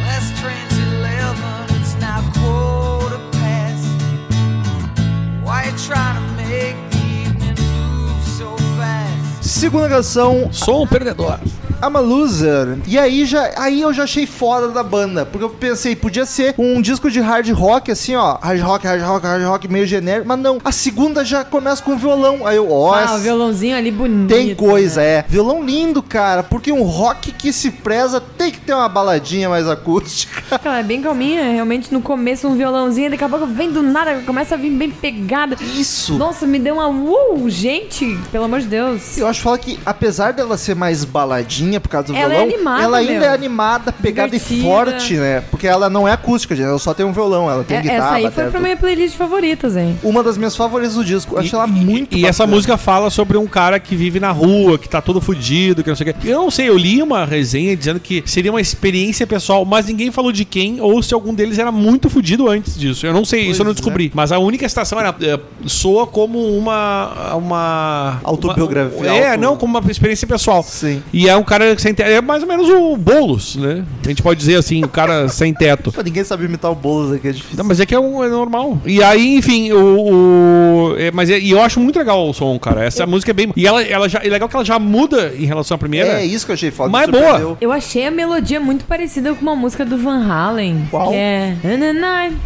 S6: Last train's eleven, it's now quarter past. Why you trying to make the evening move so fast?
S1: Segunda canção,
S2: Sou um perdedor.
S1: I'm a Loser. E aí, já, aí eu já achei foda da banda. Porque eu pensei, podia ser um disco de hard rock, assim, ó. Hard rock, hard rock, hard rock, meio genérico. Mas não, a segunda já começa com violão. Aí eu, ó,
S3: Ah, o
S1: essa-
S3: violãozinho ali bonito.
S1: Tem coisa,
S3: né?
S1: é. Violão lindo, cara, porque um rock que se preza tem que ter uma baladinha mais acústica.
S3: Ela é bem calminha, realmente no começo um violãozinho, daqui a pouco vem do nada, começa a vir bem pegada.
S1: Isso.
S3: Nossa, me deu uma uh, gente, pelo amor de Deus.
S1: Eu acho que fala que, apesar dela ser mais baladinha por causa do
S3: Ela é
S1: violão,
S3: animada,
S1: ela ainda
S3: meu.
S1: é animada, pegada e
S3: Divertida.
S1: forte, né? Porque ela não é acústica, gente. Ela só tem um violão, ela tem
S3: É-
S1: guitarra.
S3: Essa aí
S1: bateria,
S3: foi pra
S1: tudo.
S3: minha playlist de favoritas, hein?
S1: Uma das minhas favoritas do disco. Eu acho ela muito
S2: E essa
S1: bacana.
S2: música fala sobre um cara que vive na rua, que tá todo fudido, que não sei o quê. Eu não sei, eu li uma resenha dizendo que seria uma experiência pessoal, mas ninguém falou de quem ou se algum deles era muito fudido antes disso. Eu não sei, isso eu não
S1: Pois é.
S2: descobri. Mas a única citação era eh, soa como uma uma
S1: Autobiografia,
S2: uma- é,
S1: auto-
S2: não, como uma experiência pessoal.
S1: Sim.
S2: E é um cara sem teto, é mais ou menos o Bolos, né? A gente pode dizer assim, o cara sem teto.
S1: Pô, Ninguém sabe imitar o Boulos aqui, é difícil.
S2: Não, mas é que é, um, é normal. E aí, enfim, o. o- é, mas é- e eu acho muito legal o som, cara. Essa música é bem. E ela, ela já, é legal que ela já muda em relação à primeira.
S1: É isso que eu achei foda.
S2: Mas
S1: me
S2: é boa.
S1: surpreendeu.
S3: Eu achei a melodia muito parecida com uma música do Van Halen.
S1: Qual?
S3: Que é. "In the night,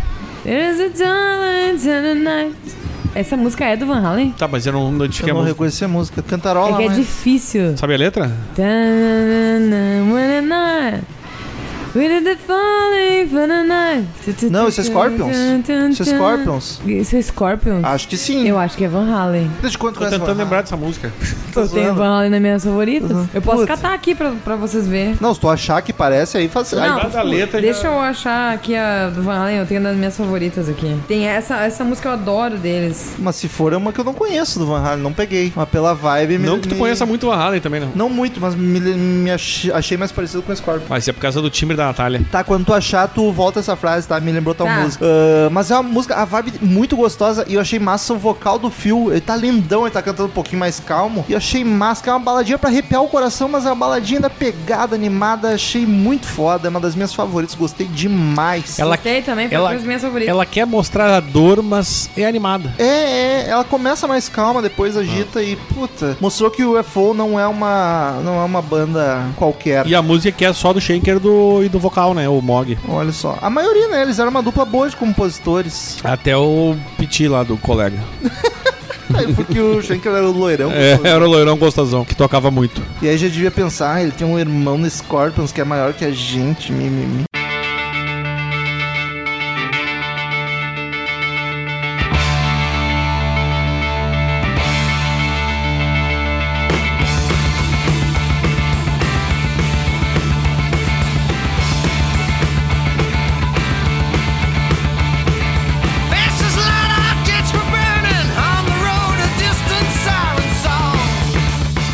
S3: there is a talent in the night." Essa música é do Van Halen?
S2: Tá, mas eu não
S1: Eu
S2: notifiquei a
S1: não
S2: música.
S1: reconheci a música. Cantarola, né?
S3: é que é
S1: mas-
S3: difícil.
S2: Sabe a letra?
S3: Não,
S1: Não, isso é Scorpions. Isso é Scorpions. Ah.
S3: Isso é Scorpions?
S1: Acho que sim.
S3: Eu acho que é Van Halen.
S1: Desde quando
S2: Tô tentando lembrar dessa música.
S3: Eu tenho Van Halen nas minhas favoritas.
S1: Uhum.
S3: Eu posso
S1: Putz.
S3: catar aqui pra, pra vocês verem.
S1: Não, se tu achar que parece, aí faz. aí-
S3: Não,
S2: vai da letra
S3: deixa
S2: já-
S3: eu achar aqui a do Van Halen, eu tenho das minhas favoritas aqui. Tem essa, essa música eu adoro deles.
S1: Mas se for é uma que eu não conheço do Van Halen, não peguei. Mas pela vibe me-
S2: Não que tu
S1: me-
S2: conheça muito a Halen também, não.
S1: Não muito, mas me, me ach- achei mais parecido com o Scorpion.
S2: Mas é por causa do timbre da Natália.
S1: Tá, quando tu achar, tu volta essa frase, tá? Me lembrou tal
S3: Tá.
S1: música. Ah, mas é uma música, a vibe muito gostosa e eu achei massa o vocal do Phil. Ele tá lindão, ele tá cantando um pouquinho mais calmo. E eu achei massa, que é uma baladinha pra arrepiar o coração, mas é uma baladinha da pegada, animada. Achei muito foda, é uma das minhas favoritas, gostei demais.
S2: Ela-
S3: Gostei também, foi
S2: ela-
S3: uma das minhas favoritas.
S2: Ela quer mostrar a dor, mas é animada.
S1: É, é, ela começa mais calma, depois agita e puta. Mostrou que o UFO não é uma não é uma banda qualquer.
S2: E a música que é só do Shaker do, e do vocal, né? O Mog.
S1: Olha só. A maioria, né? Eles eram uma dupla boa de compositores.
S2: Até o Piti lá do colega.
S1: Aí foi que É, o Schenker era o loirão.
S2: É, era o loirão gostosão, que tocava muito.
S1: E aí já devia pensar, ah, ele tem um irmão no Scorpions que é maior que a gente, mimimi.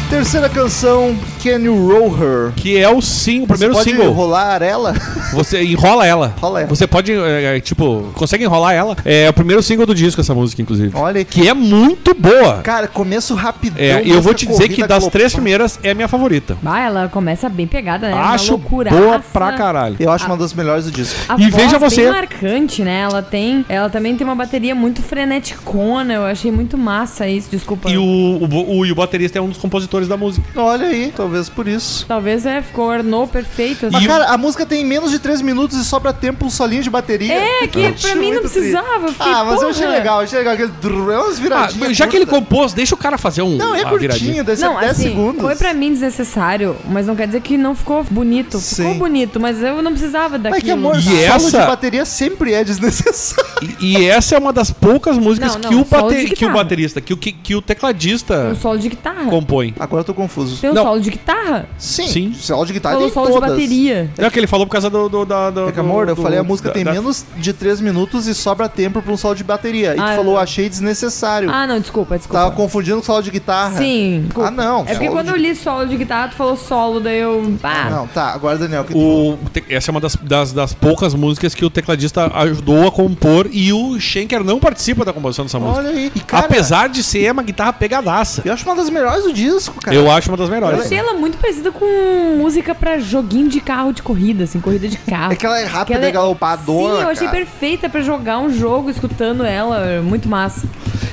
S1: Terceira canção, Can You Roll Her?
S2: Que é o sim, o primeiro
S1: Você pode
S2: single.
S1: rolar ela?
S2: Você enrola ela.
S1: Enrola ela.
S2: Você pode, é, é, tipo, consegue enrolar ela. É o primeiro single do disco, essa música, inclusive.
S1: Olha que...
S2: Que é muito boa.
S1: Cara, começo rapidão.
S2: É, e eu vou te dizer que
S1: corrida
S2: das três
S1: galopante.
S2: primeiras é a minha favorita.
S3: Bah, ela começa bem pegada, né? Uma
S2: Acho
S3: loucuraça.
S2: boa pra caralho.
S1: Eu acho uma das melhores do disco.
S3: A
S2: E
S3: voz
S2: veja você-
S3: bem marcante, né? Ela tem, ela também tem uma bateria muito freneticona. Eu achei muito massa isso, desculpa.
S2: E o, o, bo- o- e o baterista é um dos compositores da música.
S1: Olha aí, talvez por isso.
S3: Talvez é, ficou ornou perfeito.
S1: Mas,
S3: assim.
S1: cara, a música tem menos de 3 minutos e sobra tempo um solinho de bateria.
S3: É, que
S1: Eu
S3: pra
S1: achei
S3: mim não
S1: muito triste.
S3: precisava. eu fiquei,
S1: Ah, mas eu achei
S3: porra.
S1: legal, achei legal. Aquele drrr, é umas
S2: Ah,
S1: viradinhas.
S2: já que ele
S1: curtas.
S2: compôs, deixa o cara fazer um.
S1: Não, é
S2: uma
S1: curtinho,
S2: viradinha.
S1: deve ser
S3: Não,
S1: 10
S3: assim,
S1: segundos.
S3: foi pra mim desnecessário, mas não quer dizer que não ficou bonito.
S1: Sim.
S3: Ficou bonito, mas eu não precisava daquilo.
S1: Mas é que amor,
S2: E
S1: solo
S2: essa-
S1: de bateria sempre é desnecessário.
S2: E, e essa é uma das poucas músicas
S3: Não,
S2: que,
S3: não,
S2: o
S3: solo
S2: bate-
S3: de
S2: que o
S3: guitarra.
S2: baterista, que o, que, que o tecladista
S3: Tem um solo de guitarra.
S2: compõe.
S1: Agora eu tô confuso.
S3: Tem um
S2: Não.
S3: solo de guitarra.
S1: Sim,
S2: Sim.
S1: solo de guitarra
S3: Falou
S1: tem
S3: solo
S1: Tá todas.
S3: de bateria.
S2: É o que ele falou por causa do. do, da- do,
S1: É que, amor, eu
S2: do-
S1: falei a música
S2: da-
S1: tem
S2: da-
S1: menos de 3 minutos e sobra tempo pra um solo de bateria. E tu
S3: Ah,
S1: falou,
S3: eu-
S1: achei desnecessário.
S3: Ah, não, desculpa, desculpa.
S1: Tava confundindo com solo de guitarra.
S3: Sim. desculpa.
S1: Ah, não,
S3: É porque
S1: solo
S3: quando
S1: de-
S3: eu li solo de guitarra, tu falou solo, daí eu. Ah,
S1: Não, tá, agora Daniel, que
S2: O, te- essa é uma das, das, das poucas músicas que o tecladista ajudou a compor e o Schenker não participa da composição dessa música.
S1: Olha aí, e cara,
S2: Apesar de ser uma guitarra pegadaça.
S1: eu acho uma das melhores do disco, cara.
S2: Eu acho uma das
S3: Eu
S2: melhores.
S3: achei ela muito parecida com música pra joguinho de carro de corrida, assim, corrida de carro.
S1: É que ela é rápida,
S3: Aquela-
S1: é galopadora,
S3: Sim, eu achei
S1: cara.
S3: perfeita pra jogar um jogo escutando ela. Muito massa.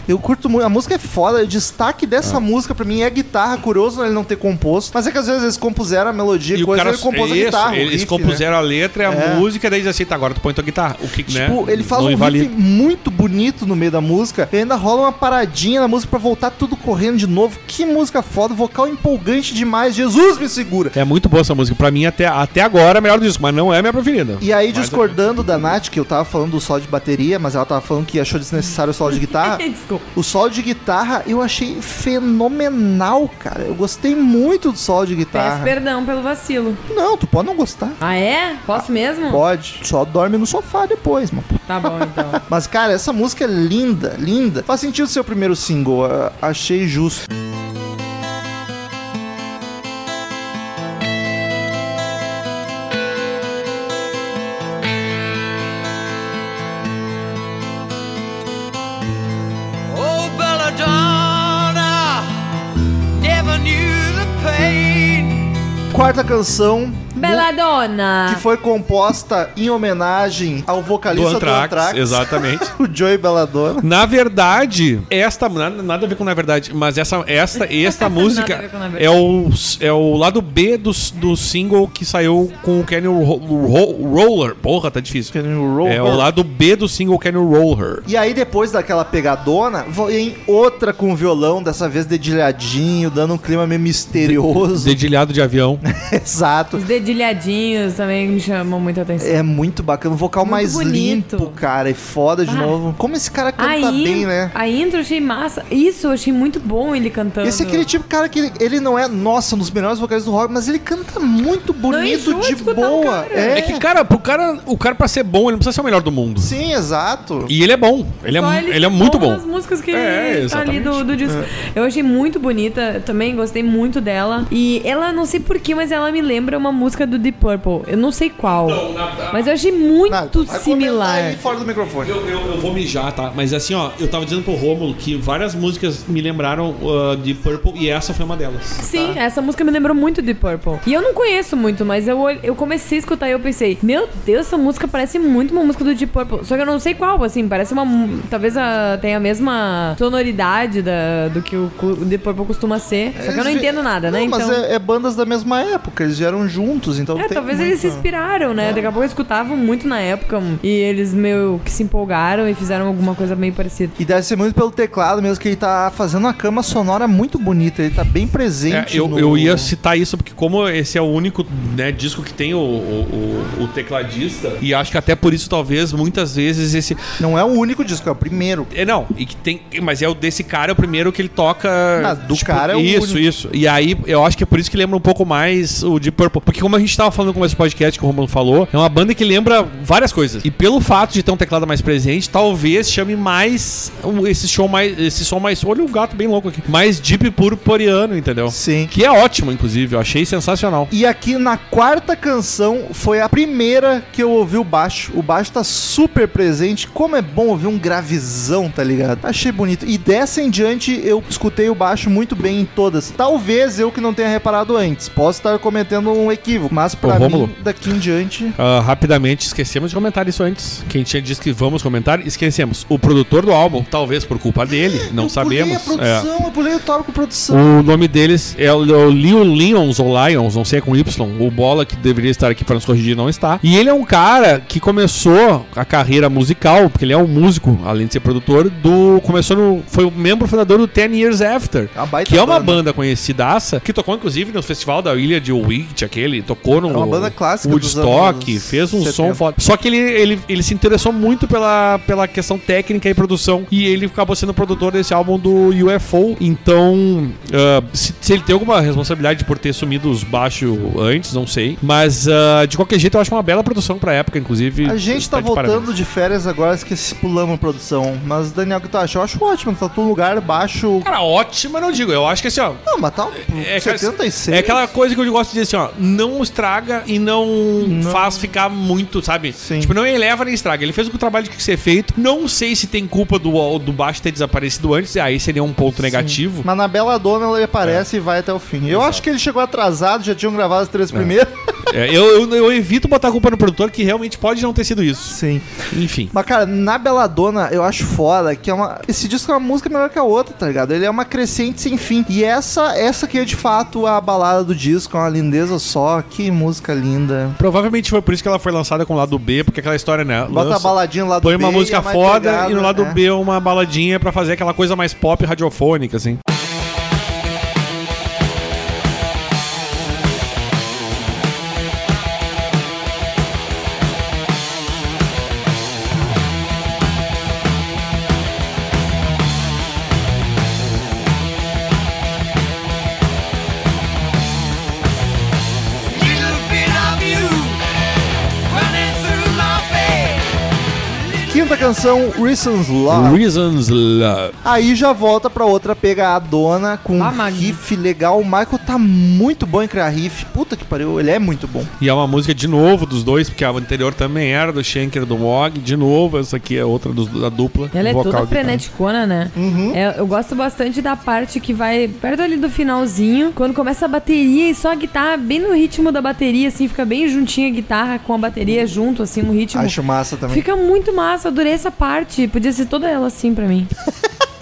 S1: Eu curto muito. A música é foda. O destaque dessa música pra mim é a guitarra. Curioso ele não ter composto. Mas é que às vezes eles compuseram a melodia e coisa, ele compôs a
S2: é isso,
S1: guitarra. o
S2: eles
S1: riff, né?
S2: compuseram a letra e a
S1: É.
S2: música, daí eles aceitam, agora tu põe tua guitarra. O que,
S1: Né?
S2: né?
S1: Tipo, ele faz
S2: não
S1: um riff
S2: invalida.
S1: muito bonito no meio da música e ainda rola uma paradinha na música pra voltar tudo correndo de novo. Que música foda, vocal empolgante demais. Jesus me segura.
S2: É muito boa essa música. Pra mim, até, até agora, é a melhor do disco, mas não é a minha preferida.
S1: E aí, discordando da Nath, que eu tava falando do solo de bateria, mas ela tava falando que achou desnecessário o solo de guitarra.
S3: Desculpa.
S1: O solo de guitarra eu achei fenomenal, cara. Eu gostei muito do solo de
S3: Peço
S1: guitarra.
S3: perdão pelo vacilo.
S1: Não, tu pode não gostar.
S3: Ah, é? Posso mesmo?
S1: Pode, só dorme no sofá depois, mano.
S3: Tá bom, então.
S1: Mas, cara, essa música é linda, linda. Faz sentido ser o primeiro single, ah, achei justo.
S6: Oh, Belladonna, never knew the pain.
S1: Quarta canção,
S3: Belladonna!
S1: que foi composta em homenagem ao vocalista do Anthrax,
S2: exatamente.
S1: o Joey Belladonna.
S2: Na verdade, esta. Nada, nada a ver com na verdade, mas essa, esta, esta
S3: a ver
S2: música
S3: com na verdade.
S2: é o, é o lado B do, do single que saiu com o Kenny Ro- Ro- Roller. Porra, tá difícil.
S1: Can you roll
S2: É
S1: her?
S2: o lado B do single Kenny Roller.
S1: E aí, depois daquela pegadona, vem outra com violão, dessa vez dedilhadinho, dando um clima meio misterioso.
S2: Dedilhado de avião.
S1: Exato.
S3: Os dedilhadinhos também me chamam muita atenção.
S1: É muito bacana, um vocal
S3: Muito
S1: mais
S3: bonito.
S1: limpo, cara, e foda de
S3: Ah.
S1: novo. Como esse cara canta
S3: A, in-
S1: bem, né?
S3: a intro eu achei massa. Isso, eu achei muito bom ele cantando.
S1: Esse é aquele tipo de cara que ele, ele não é, nossa, um dos melhores vocais do rock, mas ele canta muito bonito,
S3: enjoa de
S1: de
S3: escutar o
S1: boa.
S3: cara.
S1: É.
S2: É que, cara, pro cara, o cara pra ser bom, ele não precisa ser o melhor do mundo.
S1: Sim, exato.
S2: E ele é bom. Ele é,
S3: Só
S2: mu-
S3: eles
S2: ele é
S3: são
S2: muito bom.
S3: nas músicas que
S2: É,
S3: tá ali
S2: exatamente.
S3: do, do disco.
S1: É.
S3: Eu achei muito bonita, também gostei muito dela. E ela, não sei porquê, mas ela me lembra uma música do Deep Purple. Eu não sei qual.
S2: Então,
S3: Mas eu achei muito
S1: vai comentar
S3: similar.
S1: aí fora do microfone.
S2: Eu, eu- eu vou mijar, tá? Mas assim, ó, eu tava dizendo pro Rômulo que várias músicas me lembraram ah, de Purple e essa foi uma delas.
S3: Sim, essa música me lembrou muito de Purple. E eu não conheço muito, mas eu, ol- eu comecei a escutar e eu pensei, meu Deus, essa música parece muito uma música do Deep Purple. Só que eu não sei qual, assim, parece uma. mu- Talvez a, tenha a mesma sonoridade da, do que o, cu- o Deep Purple costuma ser. Só que eu não
S1: Eles vi-
S3: entendo nada, né?
S1: Não,
S3: então.
S1: Mas é, é bandas da mesma época, eles vieram juntos, então
S3: É,
S1: tem
S3: talvez
S1: muito-
S3: eles se inspiraram, né? Daqui a pouco eu escutava muito na época e eles meio que se empolgaram e fizeram alguma coisa meio parecida.
S1: E deve ser muito pelo teclado mesmo, que ele tá fazendo uma cama sonora muito bonita, ele tá bem presente.
S2: É, eu,
S1: no-
S2: eu ia citar isso porque como esse é o único né, disco que tem o, o- o- o tecladista e acho que até por isso talvez muitas vezes esse
S1: Não é o único disco, é o primeiro.
S2: é não e que tem mas é o desse cara é o primeiro que ele toca tipo,
S1: Ah, do cara é o
S2: isso
S1: único.
S2: isso e aí eu acho que é por isso que lembra um pouco mais o de Purple porque como a gente tava falando no começo do podcast, que o Romulo falou, é uma banda que lembra várias coisas. E pelo fato de ter um teclado mais presente, talvez chame mais um- esse show mais. Esse som mais. Olha o gato bem louco aqui. Mais deep puro poriano, entendeu?
S1: Sim.
S2: Que é ótimo, inclusive. Eu achei sensacional.
S1: E aqui na quarta canção foi a primeira que eu ouvi o baixo. O baixo tá super presente. Como é bom ouvir um gravizão, tá ligado? Achei bonito. E dessa em diante eu escutei o baixo muito bem em todas. Talvez eu que não tenha reparado antes. Posso estar cometendo um equívoco, mas pra
S2: Rômulo.
S1: mim daqui em diante
S2: Ah, rapidamente, esquecemos de comentar isso antes. Quem tinha dito que vamos comentar, esquecemos. O produtor do álbum, talvez por culpa dele, não
S1: eu
S2: sabemos. é.
S1: Pulei a produção, eu pulei o tópico produção.
S2: O nome deles é o é o Leo Lyons ou Lions, não sei, é com Y. O Bola, que deveria estar aqui para nos corrigir, não está. E ele é um cara que começou a carreira musical, porque ele é um músico, além de ser produtor, do. Começou no. Foi o membro fundador do Ten Years After.
S1: É uma baita
S2: que é uma
S1: banda.
S2: banda, conhecidaça, que tocou, inclusive, no festival da Ilha de Wicked, aquele. Tocou no.
S1: É uma banda clássica dos
S2: Woodstock,
S1: anos
S2: fez um
S1: 70.
S2: som foda. Só que ele, ele, ele se interessou muito pela, pela questão técnica e produção. E ele acabou sendo produtor desse álbum do UFO. Então, ah, se, se ele tem alguma responsabilidade por ter sumido os baixos antes, não sei. Mas, ah, de qualquer jeito, eu acho uma bela produção pra época, inclusive.
S1: A gente tá
S2: de parabéns.
S1: voltando de férias agora, esqueci, pulamos a produção. Mas, Daniel, o que tu acha? Eu acho ótimo, tá todo lugar baixo.
S2: Cara, ótima, não digo. Eu acho que assim, ó.
S1: Não, mas tá
S2: É, aquela-
S1: 76.
S2: é aquela coisa que eu gosto de dizer assim, ó. Não estraga e não, faz ficar muito, sabe?
S1: Sim.
S2: Tipo, não eleva nem estraga. Ele fez o trabalho que tinha que ser feito. Não sei se tem culpa do, do baixo ter desaparecido antes. Aí seria um ponto negativo.
S1: Mas na Bela Dona ele aparece
S2: É.
S1: e vai até o fim. Eu acho que ele chegou atrasado, já tinham gravado as três primeiras.
S2: É, eu, eu, eu evito botar a culpa no produtor, que realmente pode não ter sido isso.
S1: Sim.
S2: Enfim.
S1: Mas, cara, na Bela Dona eu acho foda que é uma. Esse disco é uma música melhor que a outra, tá ligado? Ele é uma crescente sem fim. E essa, essa aqui é de fato a balada do disco, é uma lindeza só. Que música linda.
S2: Provavelmente foi por isso que ela foi lançada com o lado B, porque aquela história, né?
S1: Bota a
S2: lança-
S1: baladinha lá do
S2: Põe uma
S1: B e
S2: música
S1: é mais
S2: foda
S1: pegada,
S2: e no lado
S1: é.
S2: B uma baladinha pra fazer aquela coisa mais pop radiofônica, assim.
S6: Little bit of you running through my veins.
S1: Quinta canção, Reasons Love.
S2: Reasons Love.
S1: Aí já volta pra outra pegadona com
S3: Ah,
S1: um
S3: Magno.
S1: riff legal. O Michael tá muito bom em criar riff. Puta que pariu, ele é muito bom.
S2: E é uma música de novo dos dois, porque a anterior também era do Schenker do Mog. De novo, essa aqui é outra dos- da dupla.
S3: Ela é
S2: vocal
S3: toda
S2: e guitarra.
S3: freneticona, né?
S1: Uhum.
S3: É, eu gosto bastante da parte que vai perto ali do finalzinho, quando começa a bateria e só a guitarra bem no ritmo da bateria, assim, fica bem juntinha a guitarra com a bateria junto, assim, no ritmo.
S1: Acho massa também.
S3: Fica muito massa, eu adorei essa parte. Podia ser toda ela assim pra mim.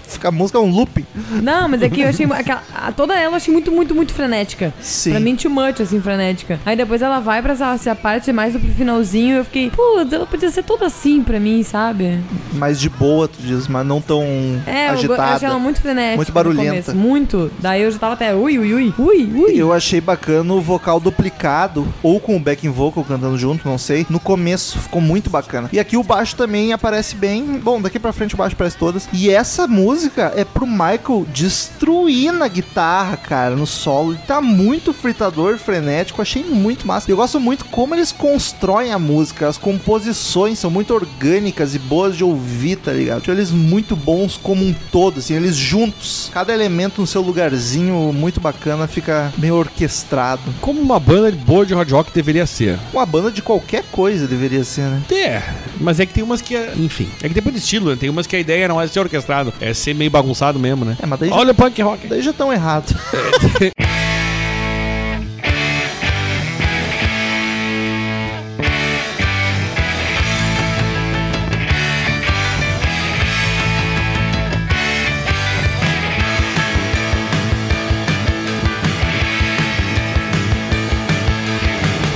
S1: Fica- a música é um loop.
S3: Não, mas é que eu achei. aquela- a- toda ela eu achei muito, muito, muito frenética.
S1: Sim.
S3: Pra mim, too much, assim, frenética. Aí depois ela vai pra essa, essa parte mais pro finalzinho. Eu fiquei, putz, ela podia ser toda assim pra mim, sabe?
S1: Mais de boa, tu diz, mas não tão
S3: É, eu go- eu
S1: agitada.
S3: achei ela muito frenética.
S1: Muito
S3: no
S1: barulhenta.
S3: começo, muito. Daí eu já tava até, ui, ui, ui, ui, ui.
S1: Eu achei bacana o vocal duplicado, ou com o backing vocal cantando junto, não sei. No começo ficou muito bacana. E aqui o baixo também aparece bem. Bom, daqui pra frente o baixo aparece todas. E essa música é pro Michael destruir na guitarra, cara, no solo. Ele tá muito fritador, frenético, achei muito massa. Eu gosto muito como eles constroem a música. As composições são muito orgânicas e boas de ouvir, tá ligado? Acho eles muito bons como um todo, assim, eles juntos. Cada elemento no seu lugarzinho, muito bacana, fica bem orquestrado.
S2: Como uma banda boa de hard rock deveria ser.
S1: Uma banda de qualquer coisa deveria ser, né?
S2: É, mas é que tem umas que. é- Enfim. É que depende do estilo, né? Tem umas que a ideia não é ser orquestrado, é ser meio bagunçado mesmo, né?
S1: É, mas daí,
S2: Olha o punk rock.
S1: daí já tão errado.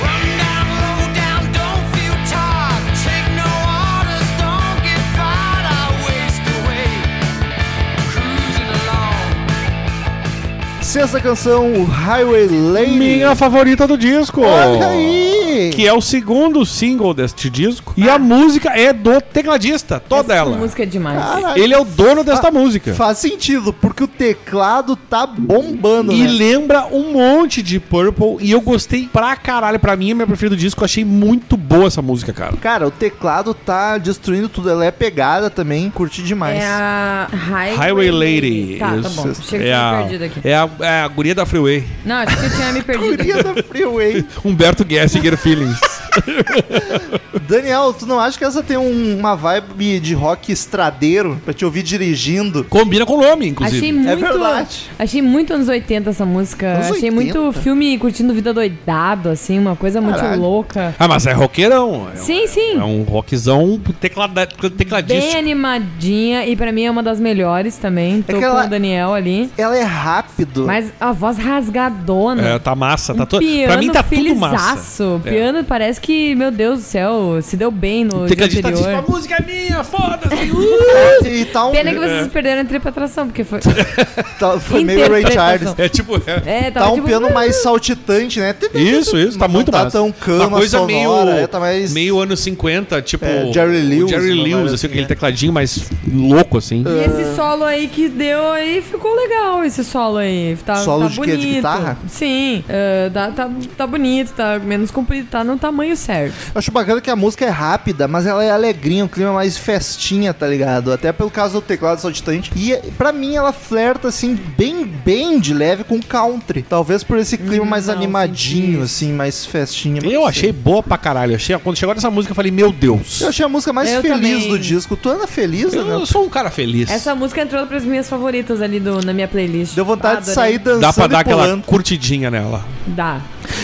S6: Run down, low down, don't feel tired. Take no orders, don't get fired. I waste away, cruising along.
S1: Sexta canção, o Highway Lane.
S2: Minha favorita do disco.
S1: Olha aí!
S2: Que é o segundo single deste disco. E a música é do tecladista, toda
S3: Essa
S2: ela.
S3: música Ah, é demais.
S1: Caralho,
S2: Ele é o dono desta música.
S1: Faz sentido, porque o teclado tá bombando,
S2: E
S1: né?
S2: lembra um monte de Purple. E eu gostei pra caralho. Pra mim, é meu preferido disco. Eu achei muito boa essa música, cara.
S1: Cara, o teclado tá destruindo tudo. Ela é pegada também. Curti demais.
S3: É a Highway,
S2: Highway Lady.
S3: É Tá, tá
S2: Isso.
S3: bom. Chega de
S2: é
S3: me
S2: a,
S3: perdido aqui.
S2: é, a, é a guria da Freeway.
S3: Não, acho que eu tinha me perdido.
S1: Guria da Freeway.
S2: Humberto Gessinger Feelings.
S1: Daniel, tu não acha que essa tem um- uma vibe de rock estradeiro pra te ouvir dirigindo?
S2: Combina com o nome,
S3: Achei
S2: inclusive.
S3: muito,
S1: É verdade.
S3: achei muito anos 80 essa música.
S1: Anos
S3: achei
S1: 80?
S3: muito filme curtindo vida doidado, assim, uma coisa
S1: Caralho.
S3: muito louca.
S2: Ah, mas é roqueirão. É um-
S3: Sim, sim.
S2: É um rockzão teclada, tecladístico.
S3: Bem animadinha e pra mim é uma das melhores também. Tô
S1: É que
S3: com
S1: ela-
S3: o Daniel ali.
S1: Ela é rápido.
S3: Mas a voz rasgadona.
S2: É, tá massa, tá todo.
S3: Um Piano
S2: Pra mim tá tudo massa. É.
S3: felizaço.
S1: É.
S3: Piano parece que, meu Deus do céu, se deu bem no dia
S2: Tecladista diz, a
S3: anterior.
S2: música é minha, foda-se.
S1: E tá um.
S3: Pena que vocês perderam a tripatração, porque foi.
S1: tá- foi meio Ray
S3: interpretação.
S1: Charles.
S2: é tipo. é.
S3: É,
S1: Tá
S3: tava
S1: um
S3: tipo,
S1: piano mais saltitante, né?
S2: Isso, isso, tá
S1: Não
S2: muito
S1: tá
S2: massa.
S1: tão cama
S2: Uma coisa
S1: sonora,
S2: meio,
S1: é, tá mais-
S2: meio anos 50, tipo.
S1: É, Jerry
S2: o
S1: Lewis,
S2: Jerry
S1: uma
S2: Lewis,
S1: parada
S2: assim,
S1: assim,
S2: aquele
S1: é.
S2: tecladinho mais louco, assim.
S3: E esse solo aí que deu aí ficou legal, esse solo aí. Tá,
S1: Solo
S3: tá
S1: de quê? De
S3: bonito.
S1: guitarra?
S3: Sim. eh, tá, tá, tá bonito, tá menos comprido, tá no tamanho certo.
S1: Eu acho bacana que a música é rápida, mas ela é alegrinha, um clima mais festinha, tá ligado? Até pelo caso do teclado saltitante. E pra mim ela flerta, assim, bem, bem de leve com country. Talvez por esse clima mais
S3: Hum, não,
S1: animadinho,
S3: entendi.
S1: assim, mais festinha.
S2: Eu achei boa pra caralho. Achei, quando chegou nessa música, eu falei, meu Deus.
S1: Eu achei a música mais
S3: Eu
S1: feliz
S3: também.
S1: do disco. Tu anda feliz, né?
S2: Eu sou um cara feliz.
S3: Essa música entrou pras minhas favoritas ali do, na minha playlist.
S1: Deu vontade de
S3: Adorei.
S1: sair dançando
S2: Dá pra dar
S1: e
S2: aquela
S1: pulando.
S2: curtidinha nela.
S3: Dá.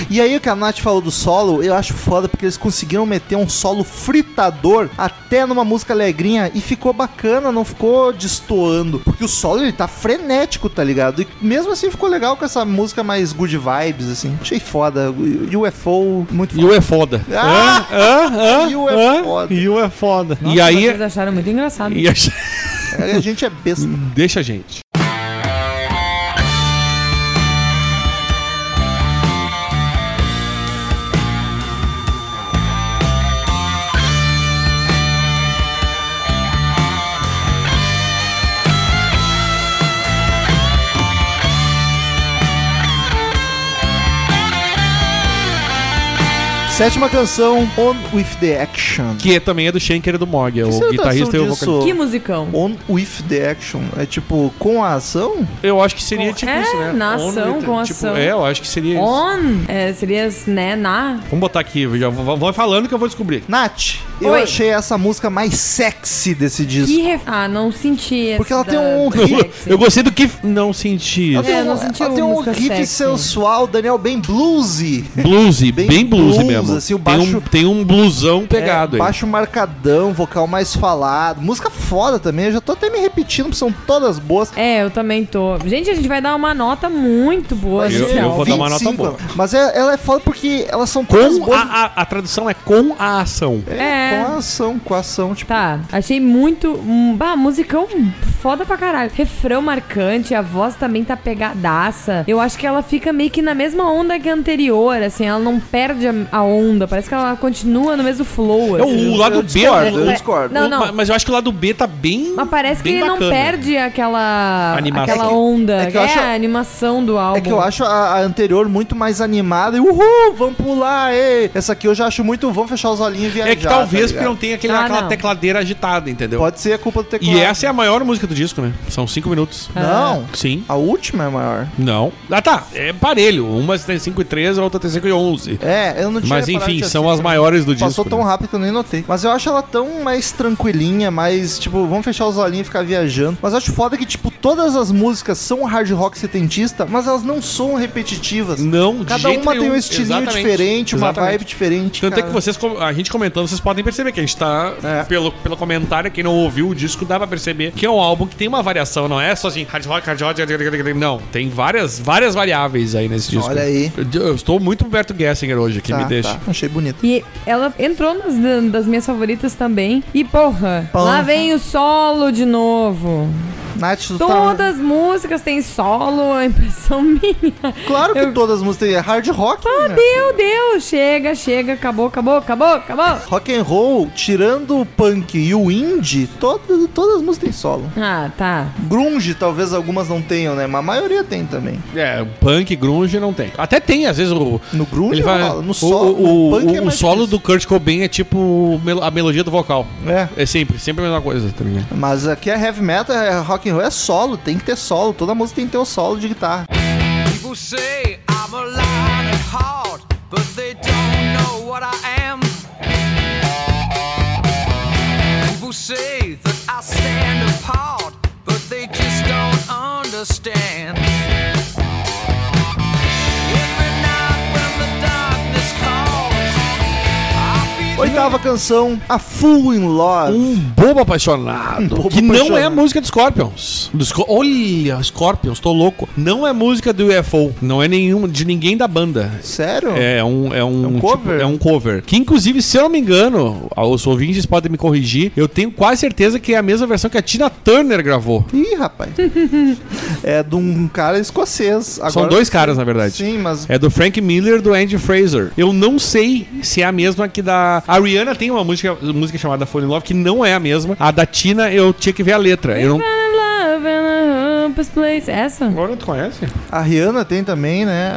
S1: E aí o que a Nath falou do solo, eu acho foda porque eles conseguiram meter um solo fritador até numa música alegrinha e ficou bacana, não ficou destoando. Porque o solo ele tá frenético, tá ligado? E mesmo assim ficou legal com essa música mais good vibes, assim. Achei foda. UFO, muito
S2: E
S1: foda.
S2: o é foda.
S1: Ah!
S2: Hã? Hã?
S1: E o é foda.
S2: E o é foda.
S3: Nossa,
S2: e aí.
S3: Vocês acharam muito engraçado.
S2: e ach-
S1: A gente é besta.
S2: Deixa a gente.
S1: Sétima canção, On With The Action.
S2: Que é- também é do Schenker e do Mog, é
S1: Que tá
S2: o
S1: sustentação
S2: guitarrista e o
S1: disso?
S2: vocalista.
S3: Que musicão.
S1: On With The Action. É tipo, com a ação?
S2: Eu acho que seria
S3: É,
S2: tipo isso, né?
S3: na ação,
S2: tipo,
S3: com ação.
S2: É, eu acho que seria isso.
S3: On, é, seria, né, na.
S2: Vamos botar aqui, já v- v- vai falando que eu vou descobrir.
S1: Nath, eu
S3: Oi.
S1: achei essa música mais sexy desse disco.
S3: Que ref... Ah, não senti esse
S1: Porque ela
S3: da-
S1: tem um
S3: do
S2: Eu,
S3: sexy.
S2: eu gostei do que não senti.
S1: Ela tem
S3: É,
S1: um-
S3: não senti
S1: ela
S3: uma
S1: tem um
S3: música
S1: riff
S3: sexy.
S1: sensual, Daniel, bem bluesy.
S2: Bluesy, É, bem,
S1: Bem
S2: bluesy
S1: blues,
S2: mesmo.
S1: assim, o
S2: tem, um,
S1: baixo-
S2: tem um blusão pegado
S1: É,
S2: aí.
S1: baixo marcadão, vocal mais falado. Música foda também, eu já tô até me repetindo, porque são todas boas.
S3: É, eu também tô. Gente, a gente vai dar uma nota muito boa.
S2: Eu-
S3: social.
S2: eu vou dar uma nota
S1: 25,
S2: boa.
S1: Mas é- ela é foda porque elas são todas
S2: Com
S1: boas.
S2: a, a, a tradução é com a ação.
S3: É.
S1: Com a ação, com a ação, tipo.
S3: Tá, achei muito. hum, Bah, musicão foda pra caralho. Refrão marcante, a voz também tá pegadaça. Eu acho que ela fica meio que na mesma onda que a anterior, assim, ela não perde a, a onda. Parece que ela continua no mesmo flow.
S2: É
S1: um
S3: assim.
S2: o lado
S1: eu
S2: B. né? É.
S1: discordo, eu
S2: o-
S1: discordo.
S3: Não,
S2: o-
S3: não.
S2: ma- Mas eu acho que o lado B tá bem.
S3: Mas parece que
S2: bem
S3: ele não
S2: bacana.
S3: perde aquela,
S2: Animação.
S3: aquela
S2: É que-
S3: onda.
S1: é
S3: É,
S1: que eu acho-
S3: a animação do álbum.
S1: É que eu acho a, a anterior muito mais animada e uhul, vamos pular, ê. Essa aqui eu já acho muito, vamos fechar os olhinhos e viajar.
S2: É que talvez
S1: tá
S2: porque não
S1: ligado?
S2: tenha aquele,
S3: Ah,
S2: aquela
S3: não.
S2: tecladeira agitada, entendeu?
S1: Pode ser a culpa do teclado.
S2: E essa é a maior música do disco, né? São cinco minutos.
S1: Não,
S2: Sim.
S1: a última é maior.
S2: Não. Ah, tá. É parelho. Uma tem 5 e 13, a outra tem 5 e 11.
S1: É, eu não tinha
S2: Mas
S1: reparado
S2: enfim,
S1: que
S2: são
S1: assim,
S2: as maiores do disco.
S1: Passou tão
S2: né?
S1: rápido que eu nem notei. Mas eu acho ela tão mais tranquilinha, mais, tipo, vamos fechar os olhinhos e ficar viajando. Mas eu acho foda que, tipo, todas as músicas são hard rock setentista, mas elas não são repetitivas.
S2: Não, de
S1: Cada
S2: jeito
S1: uma tem
S2: nenhum.
S1: um estilinho
S2: Exatamente.
S1: diferente, uma
S2: Exatamente.
S1: vibe diferente.
S2: Tanto é
S1: cara.
S2: que vocês, com- a gente comentando, vocês podem perceber que a gente tá,
S1: É.
S2: pelo, pelo comentário, quem não ouviu o disco, dá pra perceber que é um álbum que tem uma variação, não é só assim, hard rock, hard rock, hard rock, hard rock, não. Tem várias, várias variáveis aí nesse disco.
S1: Olha aí.
S2: Eu, eu estou muito Humberto Gessinger hoje, que
S1: Tá,
S2: me deixa.
S1: tá, achei bonito.
S3: E ela entrou nas da- das minhas favoritas também. E porra,
S1: Porra.
S3: lá vem o solo de novo.
S1: Nath, tu tá-
S3: Todas as músicas têm solo, é impressão minha.
S1: Claro que
S3: Eu-
S1: todas as músicas têm. É hard rock,
S3: Ah,
S1: né?
S3: meu Deus! Chega, chega, acabou, acabou, acabou, acabou!
S1: Rock and roll, tirando o punk e o indie, todo, todas as músicas têm solo.
S3: Ah, tá.
S1: Grunge, talvez algumas não tenham, né? Mas a maioria tem também.
S2: É, punk, grunge não tem. Até tem, às vezes, o.
S1: No grunge
S2: Ele vai,
S1: rola, no
S2: o-
S1: solo,
S2: o,
S1: no punk
S2: o-
S1: é
S2: o
S1: mais
S2: solo
S1: difícil.
S2: do Kurt Cobain é tipo mel- a melodia do vocal.
S1: É.
S2: É sempre, sempre a mesma coisa, tá ligado?
S1: Mas aqui é heavy metal, é rock and roll é solo, tem que ter solo, toda música tem que ter o solo de guitarra.
S6: People say I'm a lion at heart, but they don't know what I am. People say that I stand apart, but they just don't understand. Every night when the darkness calls, I feel
S1: Oitava canção, A Fool in Love.
S2: Um bobo apaixonado.
S1: Um bobo
S2: que não é a
S1: apaixonado.
S2: música do Scorpions. Do Sco- Olha, Scorpions, tô louco. Não é música do UFO. Não é nenhum, de ninguém da banda.
S1: Sério?
S2: É um, é um,
S1: É um
S2: tipo,
S1: cover?
S2: é um cover. Que inclusive, se eu não me engano, os ouvintes podem me corrigir, eu tenho quase certeza que é a mesma versão que a Tina Turner gravou.
S1: Ih, rapaz. é de um cara escocês.
S2: São
S1: Agora-
S2: dois caras, na verdade.
S1: Sim, mas
S2: É do Frank Miller e do Andy Fraser. Eu não sei se é a mesma que da. A Rihanna tem uma música, música chamada Fall in Love que não é a mesma. A da Tina eu tinha que ver a letra. Eu não.
S3: I'm love in a hopeless place. É Essa?
S2: Agora tu conhece?
S1: a Rihanna tem também, né?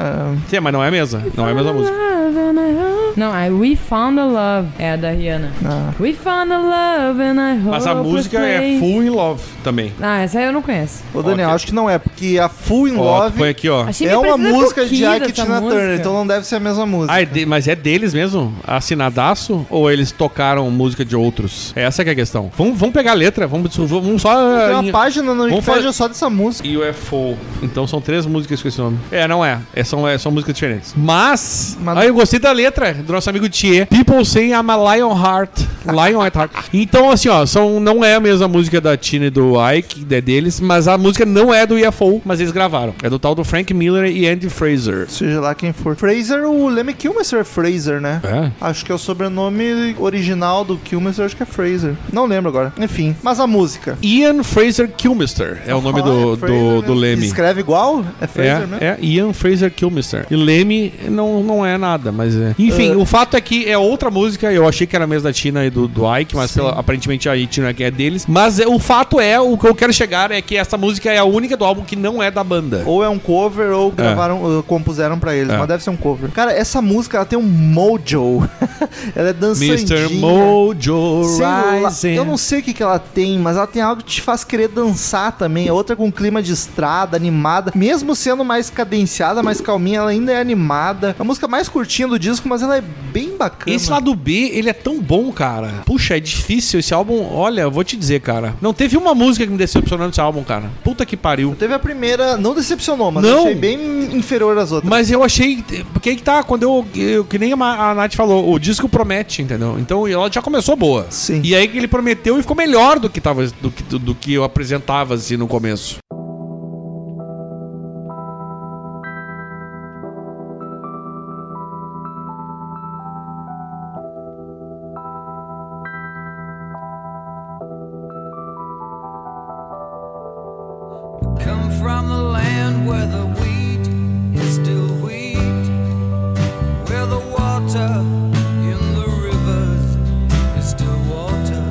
S2: Sim, mas não é a mesma. Não é a mesma música.
S3: Love in a ho- Não, é We Found a Love. É a da Rihanna.
S1: Ah.
S3: We Found a Love and I
S2: Mas a música é Full in Love também.
S3: Ah, essa aí eu não conheço.
S1: Ô, Daniel,
S2: Ok.
S1: acho que não é, porque a Fool in
S2: Ó, tu
S1: Love
S2: põe aqui, ó.
S3: Achei
S1: é
S3: meio
S1: uma
S3: parecida com
S1: música de
S3: Kida,
S1: Ike e
S3: essa
S1: Tina
S3: música.
S1: Turner, então não deve ser a mesma música.
S2: Ah, é de- mas é deles mesmo? Assinadaço? Ou eles tocaram música de outros? Essa que é a questão. Vamos, vamos pegar a letra, vamos, vamos só. eh,
S1: tem
S2: em-
S1: uma página no Wikipedia
S2: fazer-
S1: só dessa música.
S2: UFO. Então são três músicas com esse nome. É, não é. é são, é, são músicas diferentes. Mas.
S1: Mas-
S2: Aí eu gostei da letra do nosso amigo Thier. People say I'm a lion heart. Lion at heart. Então, assim, ó, são, não é a mesma música da Tina e do Ike, é deles, mas a música não é do UFO, mas eles gravaram. É do tal do Frank Miller e Andy Fraser.
S1: Seja lá quem for. Fraser, o Lemmy Kilmister é Fraser, né?
S2: É?
S1: Acho que é o sobrenome original do Kilmister, acho que é Fraser. Não lembro agora. Enfim, mas a música.
S2: Ian Fraser Kilmister é o nome
S1: Ah,
S2: do,
S1: é Fraser
S2: do, do
S1: mesmo.
S2: Leme.
S1: Escreve igual? É Fraser mesmo?
S2: É, é Ian Fraser Kilmister. E Leme não, não é nada, mas é. Enfim,
S1: Ah.
S2: o fato é que é outra música. Eu achei que era a mesma da Tina e do, do Ike, mas pela- aparentemente a Tina que é deles. Mas é, o fato é, o que eu quero chegar é que essa música é a única do álbum que não é da banda.
S1: Ou é um cover, ou gravaram, ou compuseram pra eles,
S2: É.
S1: mas deve ser um cover. Cara, essa música ela tem um mojo. ela é dançandinha.
S2: Mr. Mojo
S1: Sei lá,
S2: Rising.
S1: eu não sei o que, que ela tem, mas ela tem algo que te faz querer dançar também. É outra com clima de estrada, animada. Mesmo sendo mais cadenciada, mais calminha, ela ainda é animada. É A música mais curtinha do disco, mas ela é bem bacana.
S2: Esse lado B, ele é tão bom, cara. Puxa, é difícil esse álbum. Olha, eu vou te dizer, cara. Não teve uma música que me decepcionou nesse álbum, cara. Puta que pariu.
S1: Teve a primeira, não decepcionou, mas
S2: Não.
S1: achei bem inferior às outras.
S2: Mas eu achei. Porque aí que tá, quando eu, eu- Que nem a Ma- a Nath falou, o disco promete, entendeu? Então ela já começou boa.
S1: Sim.
S2: E aí que ele prometeu e ficou melhor do que, tava, do que, do, do que eu apresentava, assim, no começo.
S6: Come from the land where the wheat is still wheat, where the water in the rivers is still water.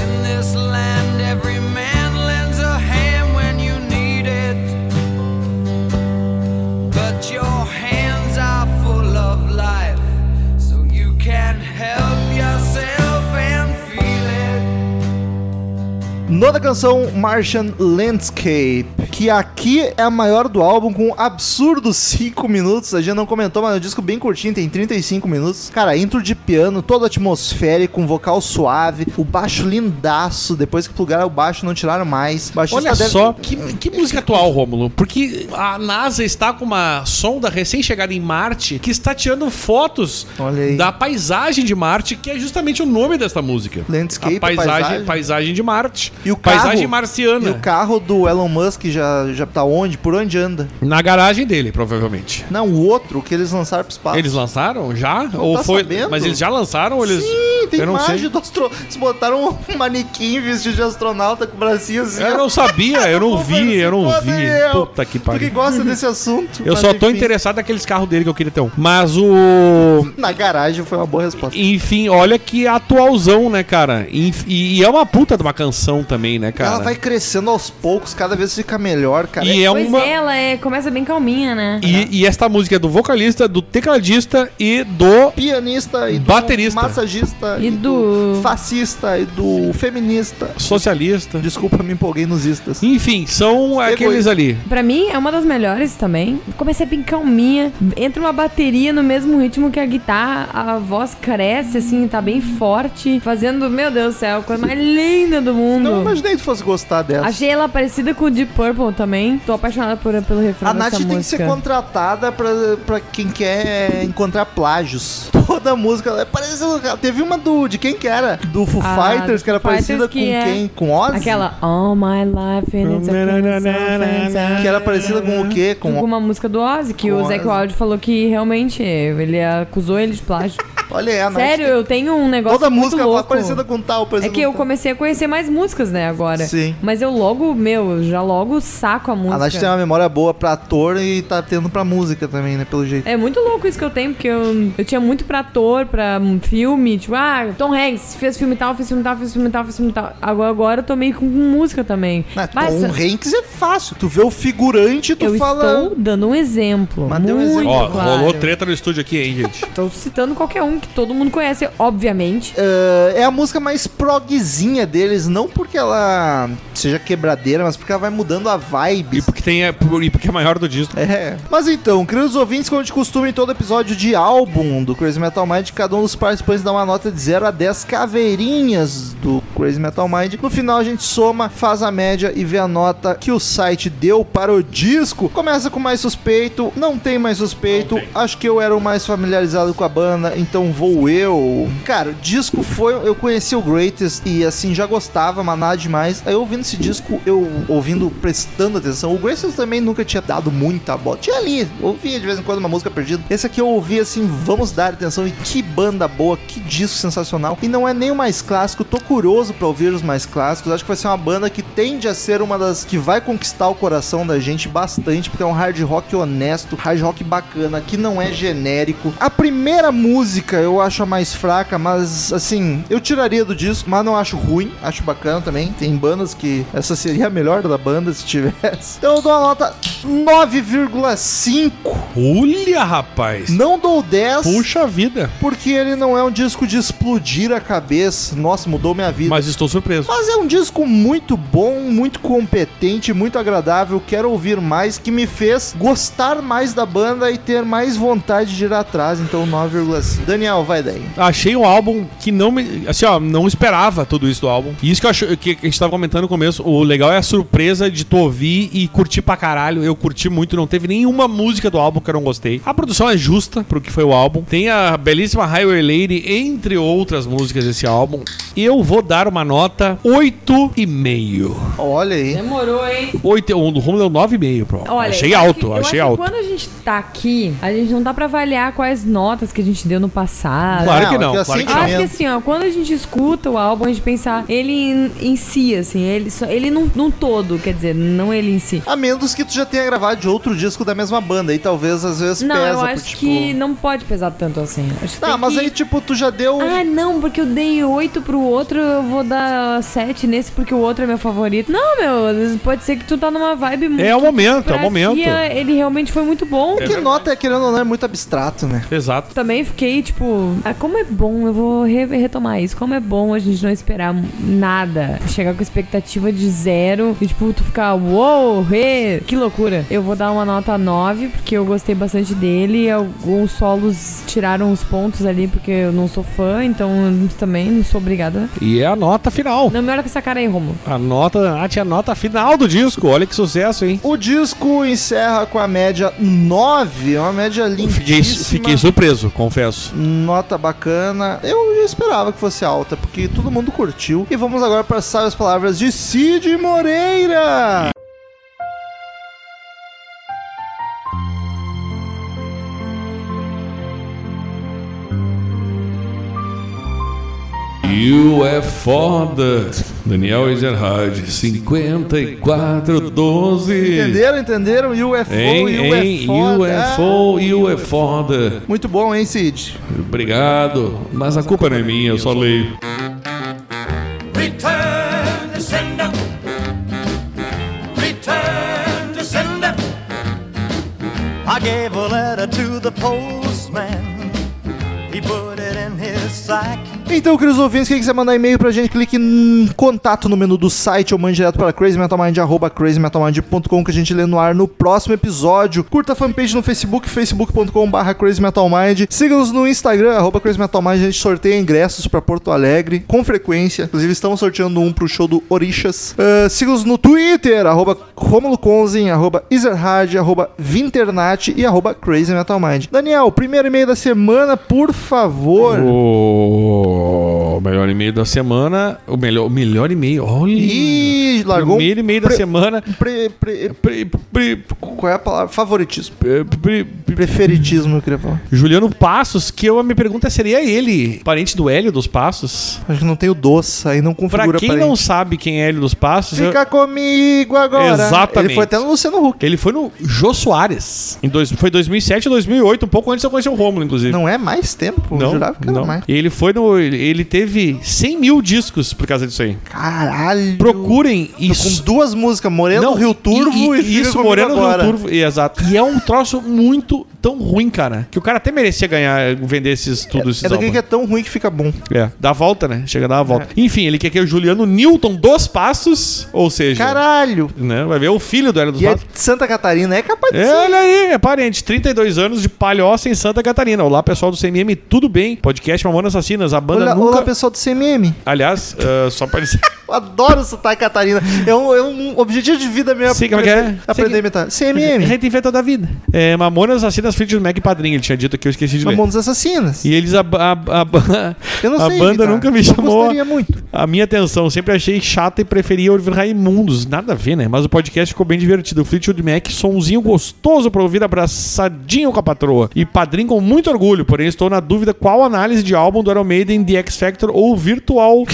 S6: In this land, every man lends a hand when you need it, but your hands are full of life, so you can help yourself and feel it.
S1: Nona canção, Martian Landscape, que aqui é a maior do álbum, com absurdos 5 minutos. A gente não comentou, mas é um disco bem curtinho, tem 35 minutos. Cara, intro de piano, todo atmosférico, um vocal suave, o baixo lindaço. Depois que plugaram o baixo, não tiraram mais. O baixista
S2: Olha
S1: deve-
S2: só, que, que música atual, Rômulo? Porque a NASA está com uma sonda recém-chegada em Marte que está tirando fotos
S1: Olha aí.
S2: da paisagem de Marte, que é justamente o nome dessa música.
S1: Landscape,
S2: a paisagem,
S1: paisagem.
S2: paisagem de Marte.
S1: E o
S2: paisagem
S1: E
S2: marciana.
S1: o carro do Elon Musk já, já tá onde? Por onde anda?
S2: Na garagem dele, provavelmente.
S1: Não, o outro que eles lançaram pro espaço.
S2: Eles lançaram já? ou
S1: tá
S2: foi.
S1: sabendo?
S2: Mas eles já lançaram ou eles.
S1: Sim, tem
S2: Eu não
S1: imagem
S2: sei.
S1: do astronauta. Eles botaram um manequim vestido de astronauta com o bracinho assim.
S2: É, Eu não sabia, eu não vi, eu não vi. Puta
S1: Tu
S2: que
S1: que tá
S2: pariu.
S1: gosta desse assunto.
S2: Eu
S1: mas
S2: só tô
S1: enfim.
S2: interessado naqueles carros dele que eu queria ter um. Mas o.
S1: Na garagem foi uma boa resposta.
S2: Enfim, olha que atualzão, né, cara? Enf- E, e é uma puta de uma canção também, né, cara?
S1: Ela Ah, vai crescendo aos poucos, cada vez fica melhor, cara.
S2: E é
S3: pois
S2: uma.
S3: é, ela é, começa bem calminha, né?
S2: E, e esta música é do vocalista, do tecladista e do.
S1: pianista e do
S2: Baterista.
S1: massagista
S3: E do-
S1: fascista e do feminista.
S2: socialista.
S1: Desculpa, me empolguei nos istas.
S2: Enfim, são aqueles ali.
S3: Pra mim é uma das melhores também. Começa bem calminha, entra uma bateria no mesmo ritmo que a guitarra, a voz cresce assim, tá bem forte, fazendo, meu Deus do céu, a coisa mais linda do mundo.
S1: Não imaginei que tu fosse gostar dessa.
S3: Achei ela é parecida com o Deep Purple também. Tô apaixonada por, pelo refrão
S1: A Nath
S3: dessa
S1: tem que
S3: música.
S1: ser contratada pra, pra quem quer encontrar plágios. Toda música ela é parecida. Teve uma do. De quem que era? Do Foo
S3: Ah,
S1: Fighters,
S3: do
S1: que era
S3: Foo Fighters,
S1: parecida
S3: que
S1: com
S3: é
S1: quem? Com Ozzy?
S3: Aquela All My Life and it's a Christmas song,
S1: Que era parecida com o quê? Com.
S3: Com uma música do Ozzy, que
S1: Com
S3: o Zac
S1: Ozzy.
S3: Wilde falou que realmente ele acusou ele de plágio.
S1: Olha, é, a Nath.
S3: Sério,
S1: tem-
S3: eu tenho um negócio
S1: Toda
S3: muito
S1: música ela é
S3: louco.
S1: parecida com tal.
S3: É
S1: Parecida
S3: que
S1: com
S3: eu
S1: tal.
S3: comecei a conhecer mais músicas, né, agora.
S1: Sim.
S3: Mas eu logo, meu, já logo saco a música.
S1: A Nath tem uma memória boa pra ator e tá tendo pra música também, né? Pelo jeito.
S3: É muito louco isso que eu tenho, porque eu, eu tinha muito pra ator, pra um filme, tipo, ah, Tom Hanks fez filme tal, fez filme tal, fez filme tal, fez filme tal. Agora, agora eu tô meio com música também.
S1: Ah,
S3: É, Mas
S1: Tom Hanks é fácil. Tu vê o figurante, tu
S3: eu
S1: fala.
S3: estou dando um exemplo.
S1: Mas deu um
S3: muito
S1: exemplo.
S2: Ó,
S3: claro.
S2: rolou treta no estúdio aqui, hein, gente?
S3: Tô citando qualquer um que todo mundo conhece, obviamente.
S1: Eh, é a música mais progzinha deles, não porque ela seja quebradeira, mas porque ela vai mudando a vibe.
S2: E porque, tem, é, e porque é maior do disco.
S1: É. Mas então, queridos ouvintes, como de costume, em todo episódio de álbum do Crazy Metal Mind, cada um dos participantes dá uma nota de 0 a 10 caveirinhas do Crazy Metal Mind. No final, a gente soma, faz a média e vê a nota que o site deu para o disco. Começa com mais suspeito, não tem mais suspeito. Acho que eu era o mais familiarizado com a banda, então vou eu. Cara, o disco foi. Eu conheci o Greatest e assim já gostava, mas nada demais. Aí ouvindo esse disco, eu ouvindo, prestando atenção. O Greatest também nunca tinha dado muita bola. Tinha ali, ouvia de vez em quando uma música perdida. Esse aqui eu ouvi assim, vamos dar atenção. E que banda boa, que disco sensacional. E não é nem o mais clássico, tô curioso pra ouvir os mais clássicos. Acho que vai ser uma banda que tende a ser uma das que vai conquistar o coração da gente bastante, porque é um hard rock honesto, hard rock bacana, que não é genérico. A primeira música eu acho a mais fraca, mas assim, eu tiraria do disco, mas não acho ruim, acho bacana também. Tem bandas que essa seria a melhor da banda se tivesse. Então eu dou uma nota 9,5.
S2: Olha, rapaz!
S1: Não dou 10.
S2: Puxa vida!
S1: Porque ele não é um disco de explodir a cabeça. Nossa, mudou minha vida.
S2: Mas estou surpreso.
S1: Mas é um disco muito bom, muito competente, muito agradável. Quero ouvir mais, que me fez gostar mais da banda e ter mais vontade de ir atrás. Então, 9,5. Daniel, vai daí.
S2: Achei um álbum que não me. Assim, ó, não esperava tudo isso do álbum. E isso que, eu acho, que a gente tava comentando no começo. O legal é a surpresa de tu ouvir e curtir pra caralho. Eu curti muito, não teve nenhuma música do álbum que eu não gostei. A produção é justa pro que foi o álbum. Tem a belíssima Highway Lady, entre outras músicas desse álbum. Eu vou dar uma nota 8,5.
S1: Olha aí.
S3: Demorou, hein?
S2: 8, um, o Romulo deu 9,5, pro álbum.
S3: Olha,
S2: Achei
S3: eu acho que-
S2: alto,
S3: eu acho
S2: achei
S3: que
S2: alto.
S3: Quando a gente tá aqui, a gente não dá pra avaliar quais notas que a gente deu no passado.
S2: Claro que
S1: Ah,
S2: não,
S1: aqui é
S2: claro que
S3: Eu
S2: não.
S3: acho que assim, ó, quando a gente escuta o álbum, a gente pensa ele em, em si, assim, ele, só- ele num, num todo, quer dizer, não ele em si.
S1: A menos que tu já tenha gravado de outro disco da mesma banda. E talvez às vezes
S3: Não,
S1: pesa.
S3: eu
S1: por,
S3: acho
S1: tipo...
S3: que não pode pesar tanto assim. Acho que
S1: Tá,
S3: tem
S1: mas
S3: que-
S1: aí, tipo, tu já deu.
S3: Ah, não, porque eu dei 8 pro outro, eu vou dar 7 nesse porque o outro é meu favorito. Não, meu, às vezes pode ser que tu tá numa vibe muito.
S1: um-
S2: É o momento, é o
S3: pra
S2: momento.
S3: si, Ele realmente foi muito bom.
S1: que nota, querendo ou não, é muito abstrato, né?
S2: Exato.
S3: Também fiquei tipo, ah, como é bom, eu vou re- retomar isso. Como é bom a gente não esperar nada, chegar com expectativa de zero e tipo, tu ficar, uou, hey, que loucura. loucura. Eu vou dar uma nota 9, porque eu gostei bastante dele. Alguns solos tiraram os pontos ali, porque eu não sou fã, então eu também não sou obrigada.
S2: E é a nota final.
S3: Não me olha com essa cara aí, Romulo.
S2: A nota da Nath é a nota final do disco. Olha que sucesso, hein?
S1: O disco encerra com a média 9, é uma média
S2: Fiquei,
S1: lindíssima.
S2: fiquei surpreso, confesso.
S1: Nota bacana. Eu já esperava que fosse alta, porque todo mundo curtiu. E vamos agora para as palavras de Cid Moreira.
S2: You é foda. Daniel Ezerhard, 5412.
S1: Entenderam? Entenderam? é UFO,
S2: Hein, hein,
S1: UFO.
S2: UFO, UFO é foda.
S1: Muito bom, hein, Cid?
S2: Obrigado, mas a culpa não é minha, eu só leio.
S6: Return to sender. Return to sender.
S7: I gave a letter to the postman. He put it in his sack.
S1: Então, queridos ouvintes, quem quiser mandar e-mail pra gente, clique em contato no menu do site ou mande direto para crazymetalmind, arroba crazymetalmind.com que a gente lê no ar no próximo episódio. Curta a fanpage no Facebook, facebook.com barra crazymetalmind. Siga-nos no Instagram, arroba crazymetalmind. A gente sorteia ingressos pra Porto Alegre com frequência. Inclusive, estamos sorteando um pro show do Orixas. Ah, Siga-nos no Twitter, arroba Romulo Conzin, arroba Iserhard, arroba Vinternat e arroba crazymetalmind. Daniel, primeiro e-mail da semana, por favor.
S2: O melhor e-mail da semana. O melhor, o melhor e-mail. Olha.
S1: Ih, largou. um
S2: Primeiro e-mail da
S1: pre-
S2: semana. É
S1: Pre, pre-
S2: Pri- pri-
S1: qual é a palavra? Favoritismo.
S2: pri- pri- pri-
S1: Preferitismo, eu queria falar.
S2: Juliano Passos, que eu me pergunta seria ele, parente do Hélio dos Passos.
S1: Acho que não tem o doce, aí não
S2: Pra
S1: configura
S2: quem
S1: parente.
S2: não sabe quem é Hélio dos Passos, eu-
S1: Fica comigo agora.
S2: Exatamente.
S1: Ele foi até no Luciano Huck.
S2: ele foi no Jô Soares. Em dois, foi 2007 ou 2008, um pouco antes de eu conhecer o Rômulo, inclusive.
S1: Não é mais tempo, eu jurava que não. mais.
S2: E Ele foi no. Ele ele teve 100 mil discos por causa disso aí.
S1: Caralho.
S2: Procurem
S1: Tá Com
S2: isso.
S1: duas músicas, Moreno do Rio Turvo e, Fica
S2: isso,
S1: Comigo
S2: Moreno
S1: agora.
S2: Rio Turvo, e- exato. E é um troço muito tão ruim, cara, que o cara até merecia ganhar, vender esses tudo esses
S1: É daquele que
S2: álbuns.
S1: é tão ruim que fica bom.
S2: É, dá a volta, né? Chega a dar a volta.
S1: É.
S2: Enfim, ele quer que o Juliano Newton dos Passos, ou seja,
S1: Caralho.
S2: né? Vai ver o filho do Hélio dos
S1: E é
S2: Passos.
S1: de Santa Catarina, é capaz de
S2: É,
S1: ser.
S2: olha aí, é parente. 32 anos de palhoça em Santa Catarina. Olá, pessoal do CMM, tudo bem? Podcast Mamona Assassinas, a banda
S1: Olha,
S2: nunca...
S1: olá, pessoal do CMM.
S2: Aliás, ah, só pra dizer...
S1: Eu adoro o sotaque Catarina. É um, é um objetivo de vida meu.
S2: Sei como é que é.
S1: Aprender
S2: Sei
S1: a imitar. CMM.
S2: Reinventou da vida. É, Mamonas Assassinas, Feat Mac e Padrinho. Ele tinha dito que eu esqueci de ler.
S1: Mamonas Assassinas.
S2: E eles... A, a, a-
S1: Eu não
S2: a
S1: sei
S2: banda
S1: imitar.
S2: nunca me
S1: Eu
S2: chamou
S1: gostaria muito.
S2: a minha atenção. Sempre achei chata e preferia ouvir Raimundos. Nada a ver, né? Mas o podcast ficou bem divertido. Fleetwood Mac, sonzinho gostoso pra ouvir, abraçadinho com a patroa. E padrinho com muito orgulho, porém estou na dúvida qual análise de álbum do Iron Maiden, The X Factor ou Virtual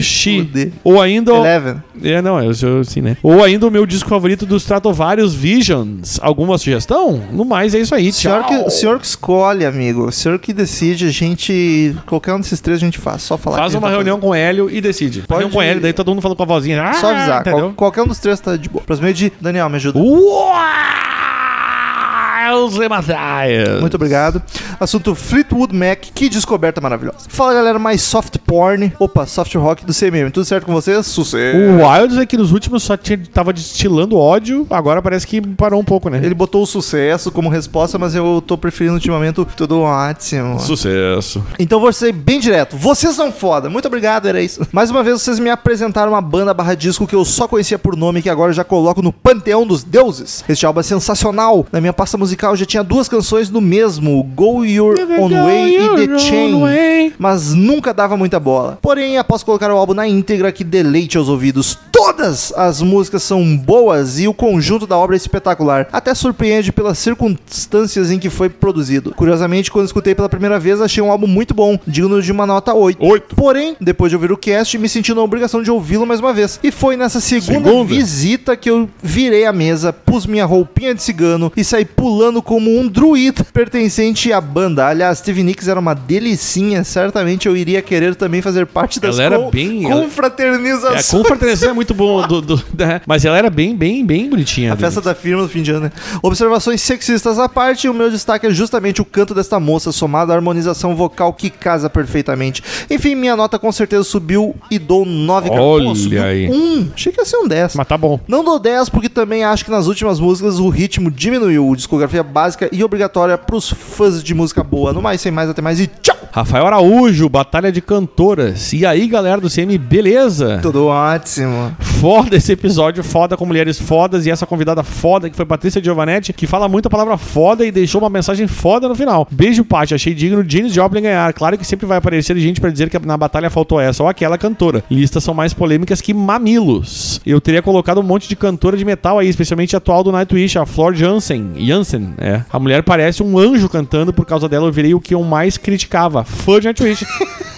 S2: She.
S1: Fuder.
S2: Ou ainda...
S1: Eleven.
S2: É, não, eu, eu sim, né? Ou ainda o meu disco favorito do Stratovarius Visions. Alguma sugestão? No mais, é isso aí.
S1: O senhor,
S2: Tchau.
S1: que, o senhor que escolhe, amigo. O senhor que decide, a gente. Qualquer um desses três a gente faz. Só falar.
S2: Faz
S1: que a gente
S2: uma
S1: tá
S2: reunião com o Hélio e decide.
S1: Pode-
S2: Reunião com o Hélio, daí todo mundo falando com a vozinha. Ah,
S1: fazendo. Só avisar. Qual-
S2: Entendeu?
S1: qualquer um dos três tá de boa. Pros meio de. Daniel, me ajuda.
S2: Uau! Zé Matias.
S1: Muito obrigado. Assunto Fleetwood Mac, que descoberta maravilhosa. Fala galera, mais soft porn. Opa, soft rock do CMM. Tudo certo com vocês? Sucesso.
S2: O Wilds é que nos últimos só tinha, tava destilando ódio, agora parece que parou um pouco, né?
S1: Ele botou o sucesso como resposta, mas eu tô preferindo ultimamente o tudo ótimo.
S2: Sucesso.
S1: Então vou ser bem direto. Vocês são foda. Muito obrigado, era isso. Mais uma vez, vocês me apresentaram uma banda barra disco que eu só conhecia por nome e que agora eu já coloco no panteão dos deuses. Este álbum é sensacional. Na minha pasta musical já tinha duas canções do mesmo, Go Your Own Way e The Chain, mas nunca dava muita bola. Porém, após colocar o álbum na íntegra, que deleite aos ouvidos. Todas as músicas são boas e o conjunto da obra é espetacular. Até surpreende pelas circunstâncias em que foi produzido. Curiosamente, quando escutei pela primeira vez, achei um álbum muito bom, digno de uma nota 8.
S2: Oito.
S1: Porém, depois de ouvir o cast, me senti na obrigação de ouvi-lo mais uma vez. E foi nessa segunda,
S2: Segunda.
S1: visita que eu virei a mesa, pus minha roupinha de cigano e saí pulando como um druida pertencente à banda. Aliás, Steve Nicks era uma delicinha, certamente eu iria querer também fazer parte das
S2: Ela era bem- ela-
S1: confraternizações.
S2: É, confraternização é muito muito bom. do- do- da- Mas ela era bem, bem, bem bonitinha.
S1: A
S2: Adriano.
S1: festa da firma no fim de ano, né? Observações sexistas à parte, o meu destaque é justamente o canto desta moça, somado à harmonização vocal que casa perfeitamente. Enfim, minha nota com certeza subiu e dou 9
S2: Olha
S1: subiu
S2: aí.
S1: Um. Achei que ia ser um 10.
S2: Mas tá bom.
S1: Não dou 10 porque também acho que nas últimas músicas o ritmo diminuiu. Discografia básica e obrigatória pros fãs de música boa. No mais, sem mais, até mais e tchau!
S2: Rafael Araújo, Batalha de Cantoras. E aí, galera do CM, beleza?
S1: Tudo ótimo.
S2: Foda esse episódio, foda com mulheres fodas e essa convidada foda que foi Patrícia Giovanetti, que fala muito a palavra foda e deixou uma mensagem foda no final. Beijo, Paty, achei digno James Joplin ganhar. Claro que sempre vai aparecer gente pra dizer que na batalha faltou essa ou aquela cantora. Listas são mais polêmicas que mamilos. Eu teria colocado um monte de cantora de metal aí, especialmente a atual do Nightwish, a Flor Jansen. Jansen, é. A mulher parece um anjo cantando, por causa dela eu virei o que eu mais criticava, fã de Nightwish.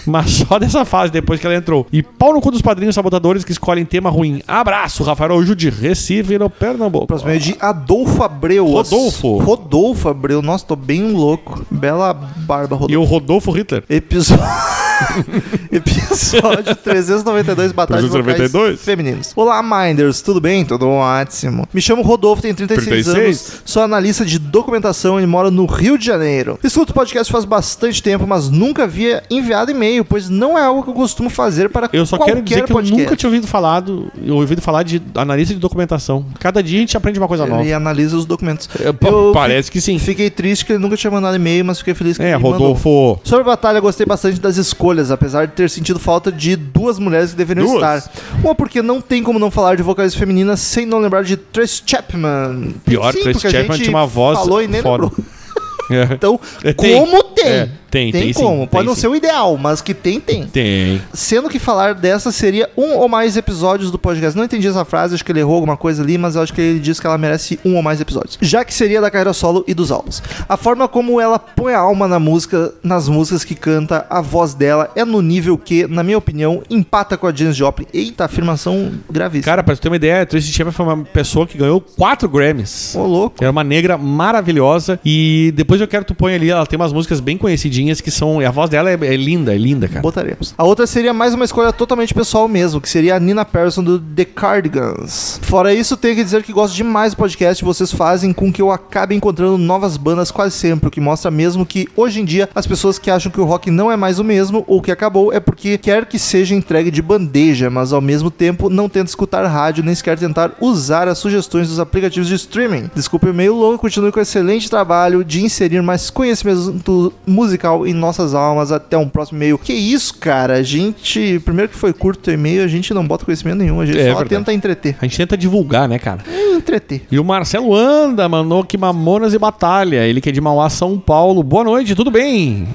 S2: Mas só dessa fase, depois que ela entrou. E pau no cu dos padrinhos sabotadores que escolhem tema ruim. Abraço, Rafael Araújo de Recife, no Pernambuco.
S1: Próximo é de Adolfo Abreu.
S2: Rodolfo.
S1: Rodolfo Abreu. Nossa, tô bem louco. Bela barba, Rodolfo.
S2: E o Rodolfo Hitler.
S1: Episódio. Episódio 392, Batalha de vocais
S2: 392?
S1: Femininos. Olá, Minders, tudo bem? Tudo ótimo. Me chamo Rodolfo, tenho 36,
S2: 36?
S1: anos, sou analista de documentação e moro no Rio de Janeiro. Escuto o podcast faz bastante tempo, mas nunca havia enviado e-mail, pois não é algo que eu costumo fazer para
S2: Eu só
S1: qualquer
S2: quero dizer que
S1: podcast.
S2: eu nunca tinha ouvido falado, eu ouvido falar de analista de documentação. Cada dia a gente aprende uma coisa nova.
S1: Ele analisa os documentos.
S2: É, pa- parece que sim.
S1: Fiquei triste que ele nunca tinha mandado e-mail, mas fiquei feliz que
S2: É,
S1: ele mandou.
S2: Rodolfo.
S1: Sobre a batalha, gostei bastante das escolhas, apesar de ter sentido falta de duas mulheres que deveriam
S2: Duas?
S1: estar. Uma porque não tem como não falar de vocais femininas sem não lembrar de Trace Chapman.
S2: Pior,
S1: Sim,
S2: Tracy
S1: porque a
S2: Chapman
S1: gente
S2: tinha uma voz
S1: falou e nem
S2: foda.
S1: lembrou.
S2: É.
S1: Então,
S2: É, tem.
S1: como tem?
S2: É, tem, tem sim,
S1: como.
S2: tem
S1: Pode não
S2: sim.
S1: ser o ideal, mas que tem, tem.
S2: Tem.
S1: Sendo que falar dessa seria um ou mais episódios do podcast. Não entendi essa frase, acho que ele errou alguma coisa ali, mas eu acho que ele disse que ela merece um ou mais episódios. Já que seria da carreira solo e dos álbuns. A forma como ela põe a alma na música, nas músicas que canta, a voz dela é no nível que, na minha opinião, empata com a James Joplin. Eita, afirmação gravíssima.
S2: Cara, pra você ter uma ideia, a Tracy Chapman foi uma pessoa que ganhou quatro Grammys.
S1: Ô, louco.
S2: Era uma negra maravilhosa. E depois eu quero que tu põe ali, ela tem umas músicas bem conhecidinhas que são. A voz dela é, é linda, é linda, cara.
S1: Botaremos. A outra seria mais uma escolha totalmente pessoal mesmo, que seria a Nina Persson do The Cardigans. Fora isso, tenho que dizer que gosto demais do podcast. Vocês fazem com que eu acabe encontrando novas bandas quase sempre, o que mostra mesmo que hoje em dia as pessoas que acham que o rock não é mais o mesmo ou que acabou é porque quer que seja entregue de bandeja, mas ao mesmo tempo não tenta escutar rádio nem sequer tentar usar as sugestões dos aplicativos de streaming. Desculpe o meio longo, continue com o excelente trabalho de inserir mais conhecimento musical em nossas almas. Até um próximo e-mail. Que isso, cara? A gente, primeiro que foi curto o e-mail, a gente não bota conhecimento nenhum, a gente
S2: É
S1: só
S2: verdade.
S1: tenta entreter.
S2: A gente tenta divulgar, né, cara?
S1: Entreter.
S2: E o Marcelo Anda mandou que Mamonas e Batalha. Ele que é de Mauá, São Paulo. Boa noite, tudo bem?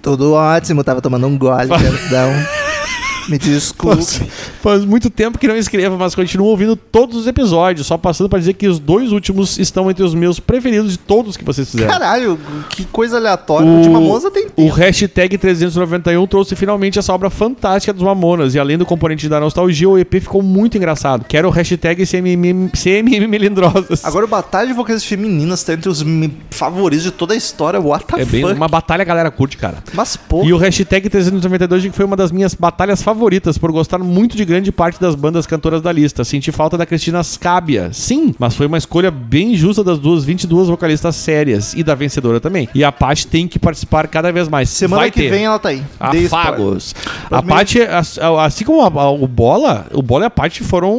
S1: Tudo ótimo, tava tomando um gole, perdão. Me
S2: Faz,
S1: desculpe.
S2: faz muito tempo que não escrevo, mas continuo ouvindo todos os episódios. Só passando pra dizer que os dois últimos estão entre os meus preferidos de todos que vocês fizeram.
S1: Caralho, que coisa aleatória. O... De uma moça tem
S2: O, o hashtag 391 trouxe finalmente essa obra fantástica dos Mamonas. E além do componente da nostalgia, o EP ficou muito engraçado. Quero o hashtag CMM, CMM Melindrosas.
S1: Agora, o Batalha de Vocais Femininas tá entre os mi- favoritos de toda a história. What the
S2: é bem
S1: fuck?
S2: uma batalha, a galera curte, cara.
S1: Mas, pô,
S2: E o hashtag 392 que foi uma das minhas batalhas favoritas, por gostar muito de grande parte das bandas cantoras da lista. Senti falta da Cristina Scábia, sim, mas foi uma escolha bem justa das duas 22 vocalistas sérias e da vencedora também. E a Paty tem que participar cada vez mais.
S1: semana
S2: Vai
S1: que
S2: ter.
S1: vem ela tá aí. Dei spoiler.
S2: Afagos. A Paty, as- a- assim como a- a- o Bola, o Bola e a Paty foram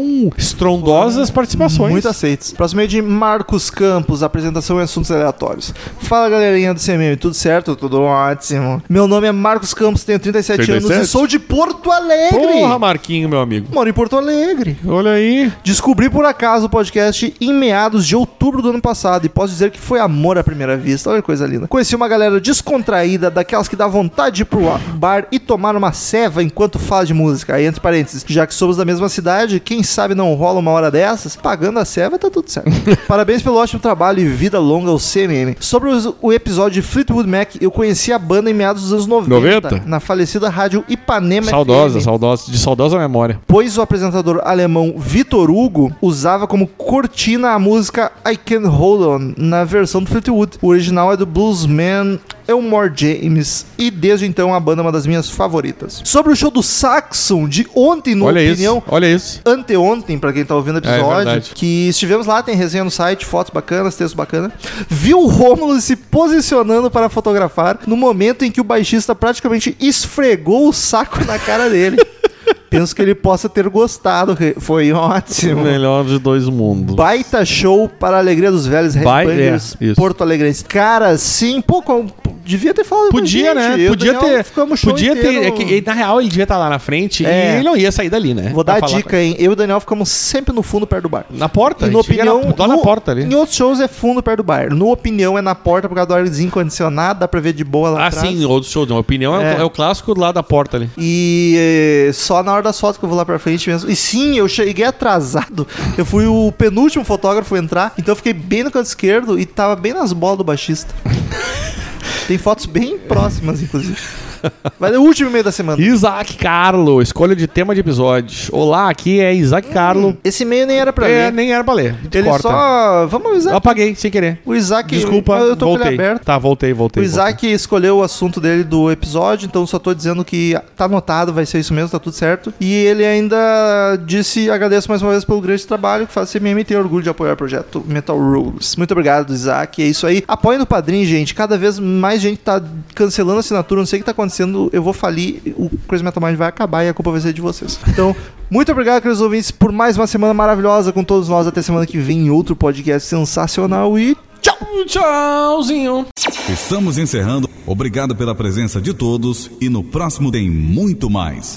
S2: estrondosas participações.
S1: Muito aceitos. Próximo é de Marcos Campos, apresentação e assuntos aleatórios. Fala galerinha do CMM, tudo certo? Tudo ótimo. Meu nome é Marcos Campos, tenho 37, anos
S2: 37?
S1: e sou de Porto Alegre.
S2: Porra, Marquinho, meu amigo.
S1: Moro em Porto Alegre.
S2: Olha aí.
S1: Descobri por acaso o podcast em meados de outubro do ano passado e posso dizer que foi amor à primeira vista. Olha que coisa linda. Conheci uma galera descontraída, daquelas que dá vontade de ir pro a- bar e tomar uma ceva enquanto fala de música. Aí, entre parênteses, já que somos da mesma cidade, quem sabe não rola uma hora dessas? Pagando a ceva tá tudo certo. Parabéns pelo ótimo trabalho e vida longa ao CMM. Sobre os- o episódio de Fleetwood Mac, eu conheci a banda em meados dos anos 90,
S2: 90?
S1: na falecida rádio Ipanema
S2: Saudosa,
S1: FM
S2: saudosa, de saudosa memória.
S1: pois o apresentador alemão Vitor Hugo usava como cortina a música I Can't Hold On na versão do Fleetwood. O original é do bluesman Elmore James e desde então a banda é uma das minhas favoritas. Sobre o show do Saxon de ontem, no
S2: Olha
S1: opinião,
S2: isso, olha isso.
S1: anteontem, pra quem tá ouvindo o
S2: É, é
S1: episódio,
S2: verdade.
S1: que estivemos lá, tem resenha no site, fotos bacanas, texto bacana. Viu o Rômulo se posicionando para fotografar no momento em que o baixista praticamente esfregou o saco na cara dele. Penso que ele possa ter gostado, re- foi ótimo.
S2: melhor de dois mundos.
S1: Baita show para a alegria dos velhos
S2: Bai-
S1: headbangers
S2: é, isso.
S1: Porto Alegrense. Cara, sim, pô, com- devia ter falado com a
S2: Podia,
S1: gente.
S2: né?
S1: Eu,
S2: Podia
S1: Daniel,
S2: ter.
S1: ficamos o show
S2: Podia ter.
S1: inteiro-
S2: É que, ele- na real, ele devia estar lá na frente
S1: É.
S2: e ele não ia sair dali, né?
S1: Vou dar
S2: Pra
S1: a
S2: falar com
S1: dica, hein? Eu e o Daniel ficamos sempre no fundo perto do bar.
S2: ele. Na porta?
S1: E
S2: a
S1: no
S2: gente fica
S1: opinião,
S2: na- lá na
S1: no-
S2: porta ali.
S1: Em outros shows é fundo perto do bar. No opinião é na porta por causa do arzinho condicionado, dá pra ver de boa lá
S2: Ah,
S1: atrás.
S2: sim, outro show. Não. Opinião é.
S1: É.
S2: o- é o clássico lá da porta ali.
S1: E é, só na hora das fotos que eu vou lá pra frente mesmo. E sim, eu cheguei atrasado. Eu fui o penúltimo fotógrafo a entrar, então eu fiquei bem no canto esquerdo e tava bem nas bolas do baixista. Tem fotos bem próximas, inclusive. Vai é o último e-mail da semana.
S2: Isaac Carlo, escolha de tema de episódio. Olá, aqui é Isaac Carlo.
S1: Esse e-mail nem era Hum, pra
S2: É,
S1: ler.
S2: nem era pra ler.
S1: Ele
S2: Corta.
S1: só. Vamos
S2: Eu
S1: avisar.
S2: apaguei, sem querer.
S1: O Isaac.
S2: Desculpa,
S1: eu tô com ele
S2: voltei.
S1: aberto.
S2: Tá, voltei, voltei.
S1: O
S2: voltei.
S1: Isaac escolheu o assunto dele do episódio, então só tô dizendo que tá anotado, vai ser isso mesmo, tá tudo certo. E ele ainda disse: agradeço mais uma vez pelo grande trabalho que faz CMM ter orgulho de apoiar o projeto Metal Rules. Muito obrigado, Isaac. É isso aí. Apoiem no padrinho, gente. Cada vez mais gente tá cancelando a assinatura, não sei o que tá acontecendo. Eu vou falir, o Crazy Metal Mind vai acabar e a culpa vai ser de vocês. Então, muito obrigado, queridos ouvintes, por mais uma semana maravilhosa com todos nós. Até semana que vem, em outro podcast sensacional e tchau!
S2: Tchauzinho.
S8: Estamos encerrando. Obrigado pela presença de todos e no próximo tem muito mais.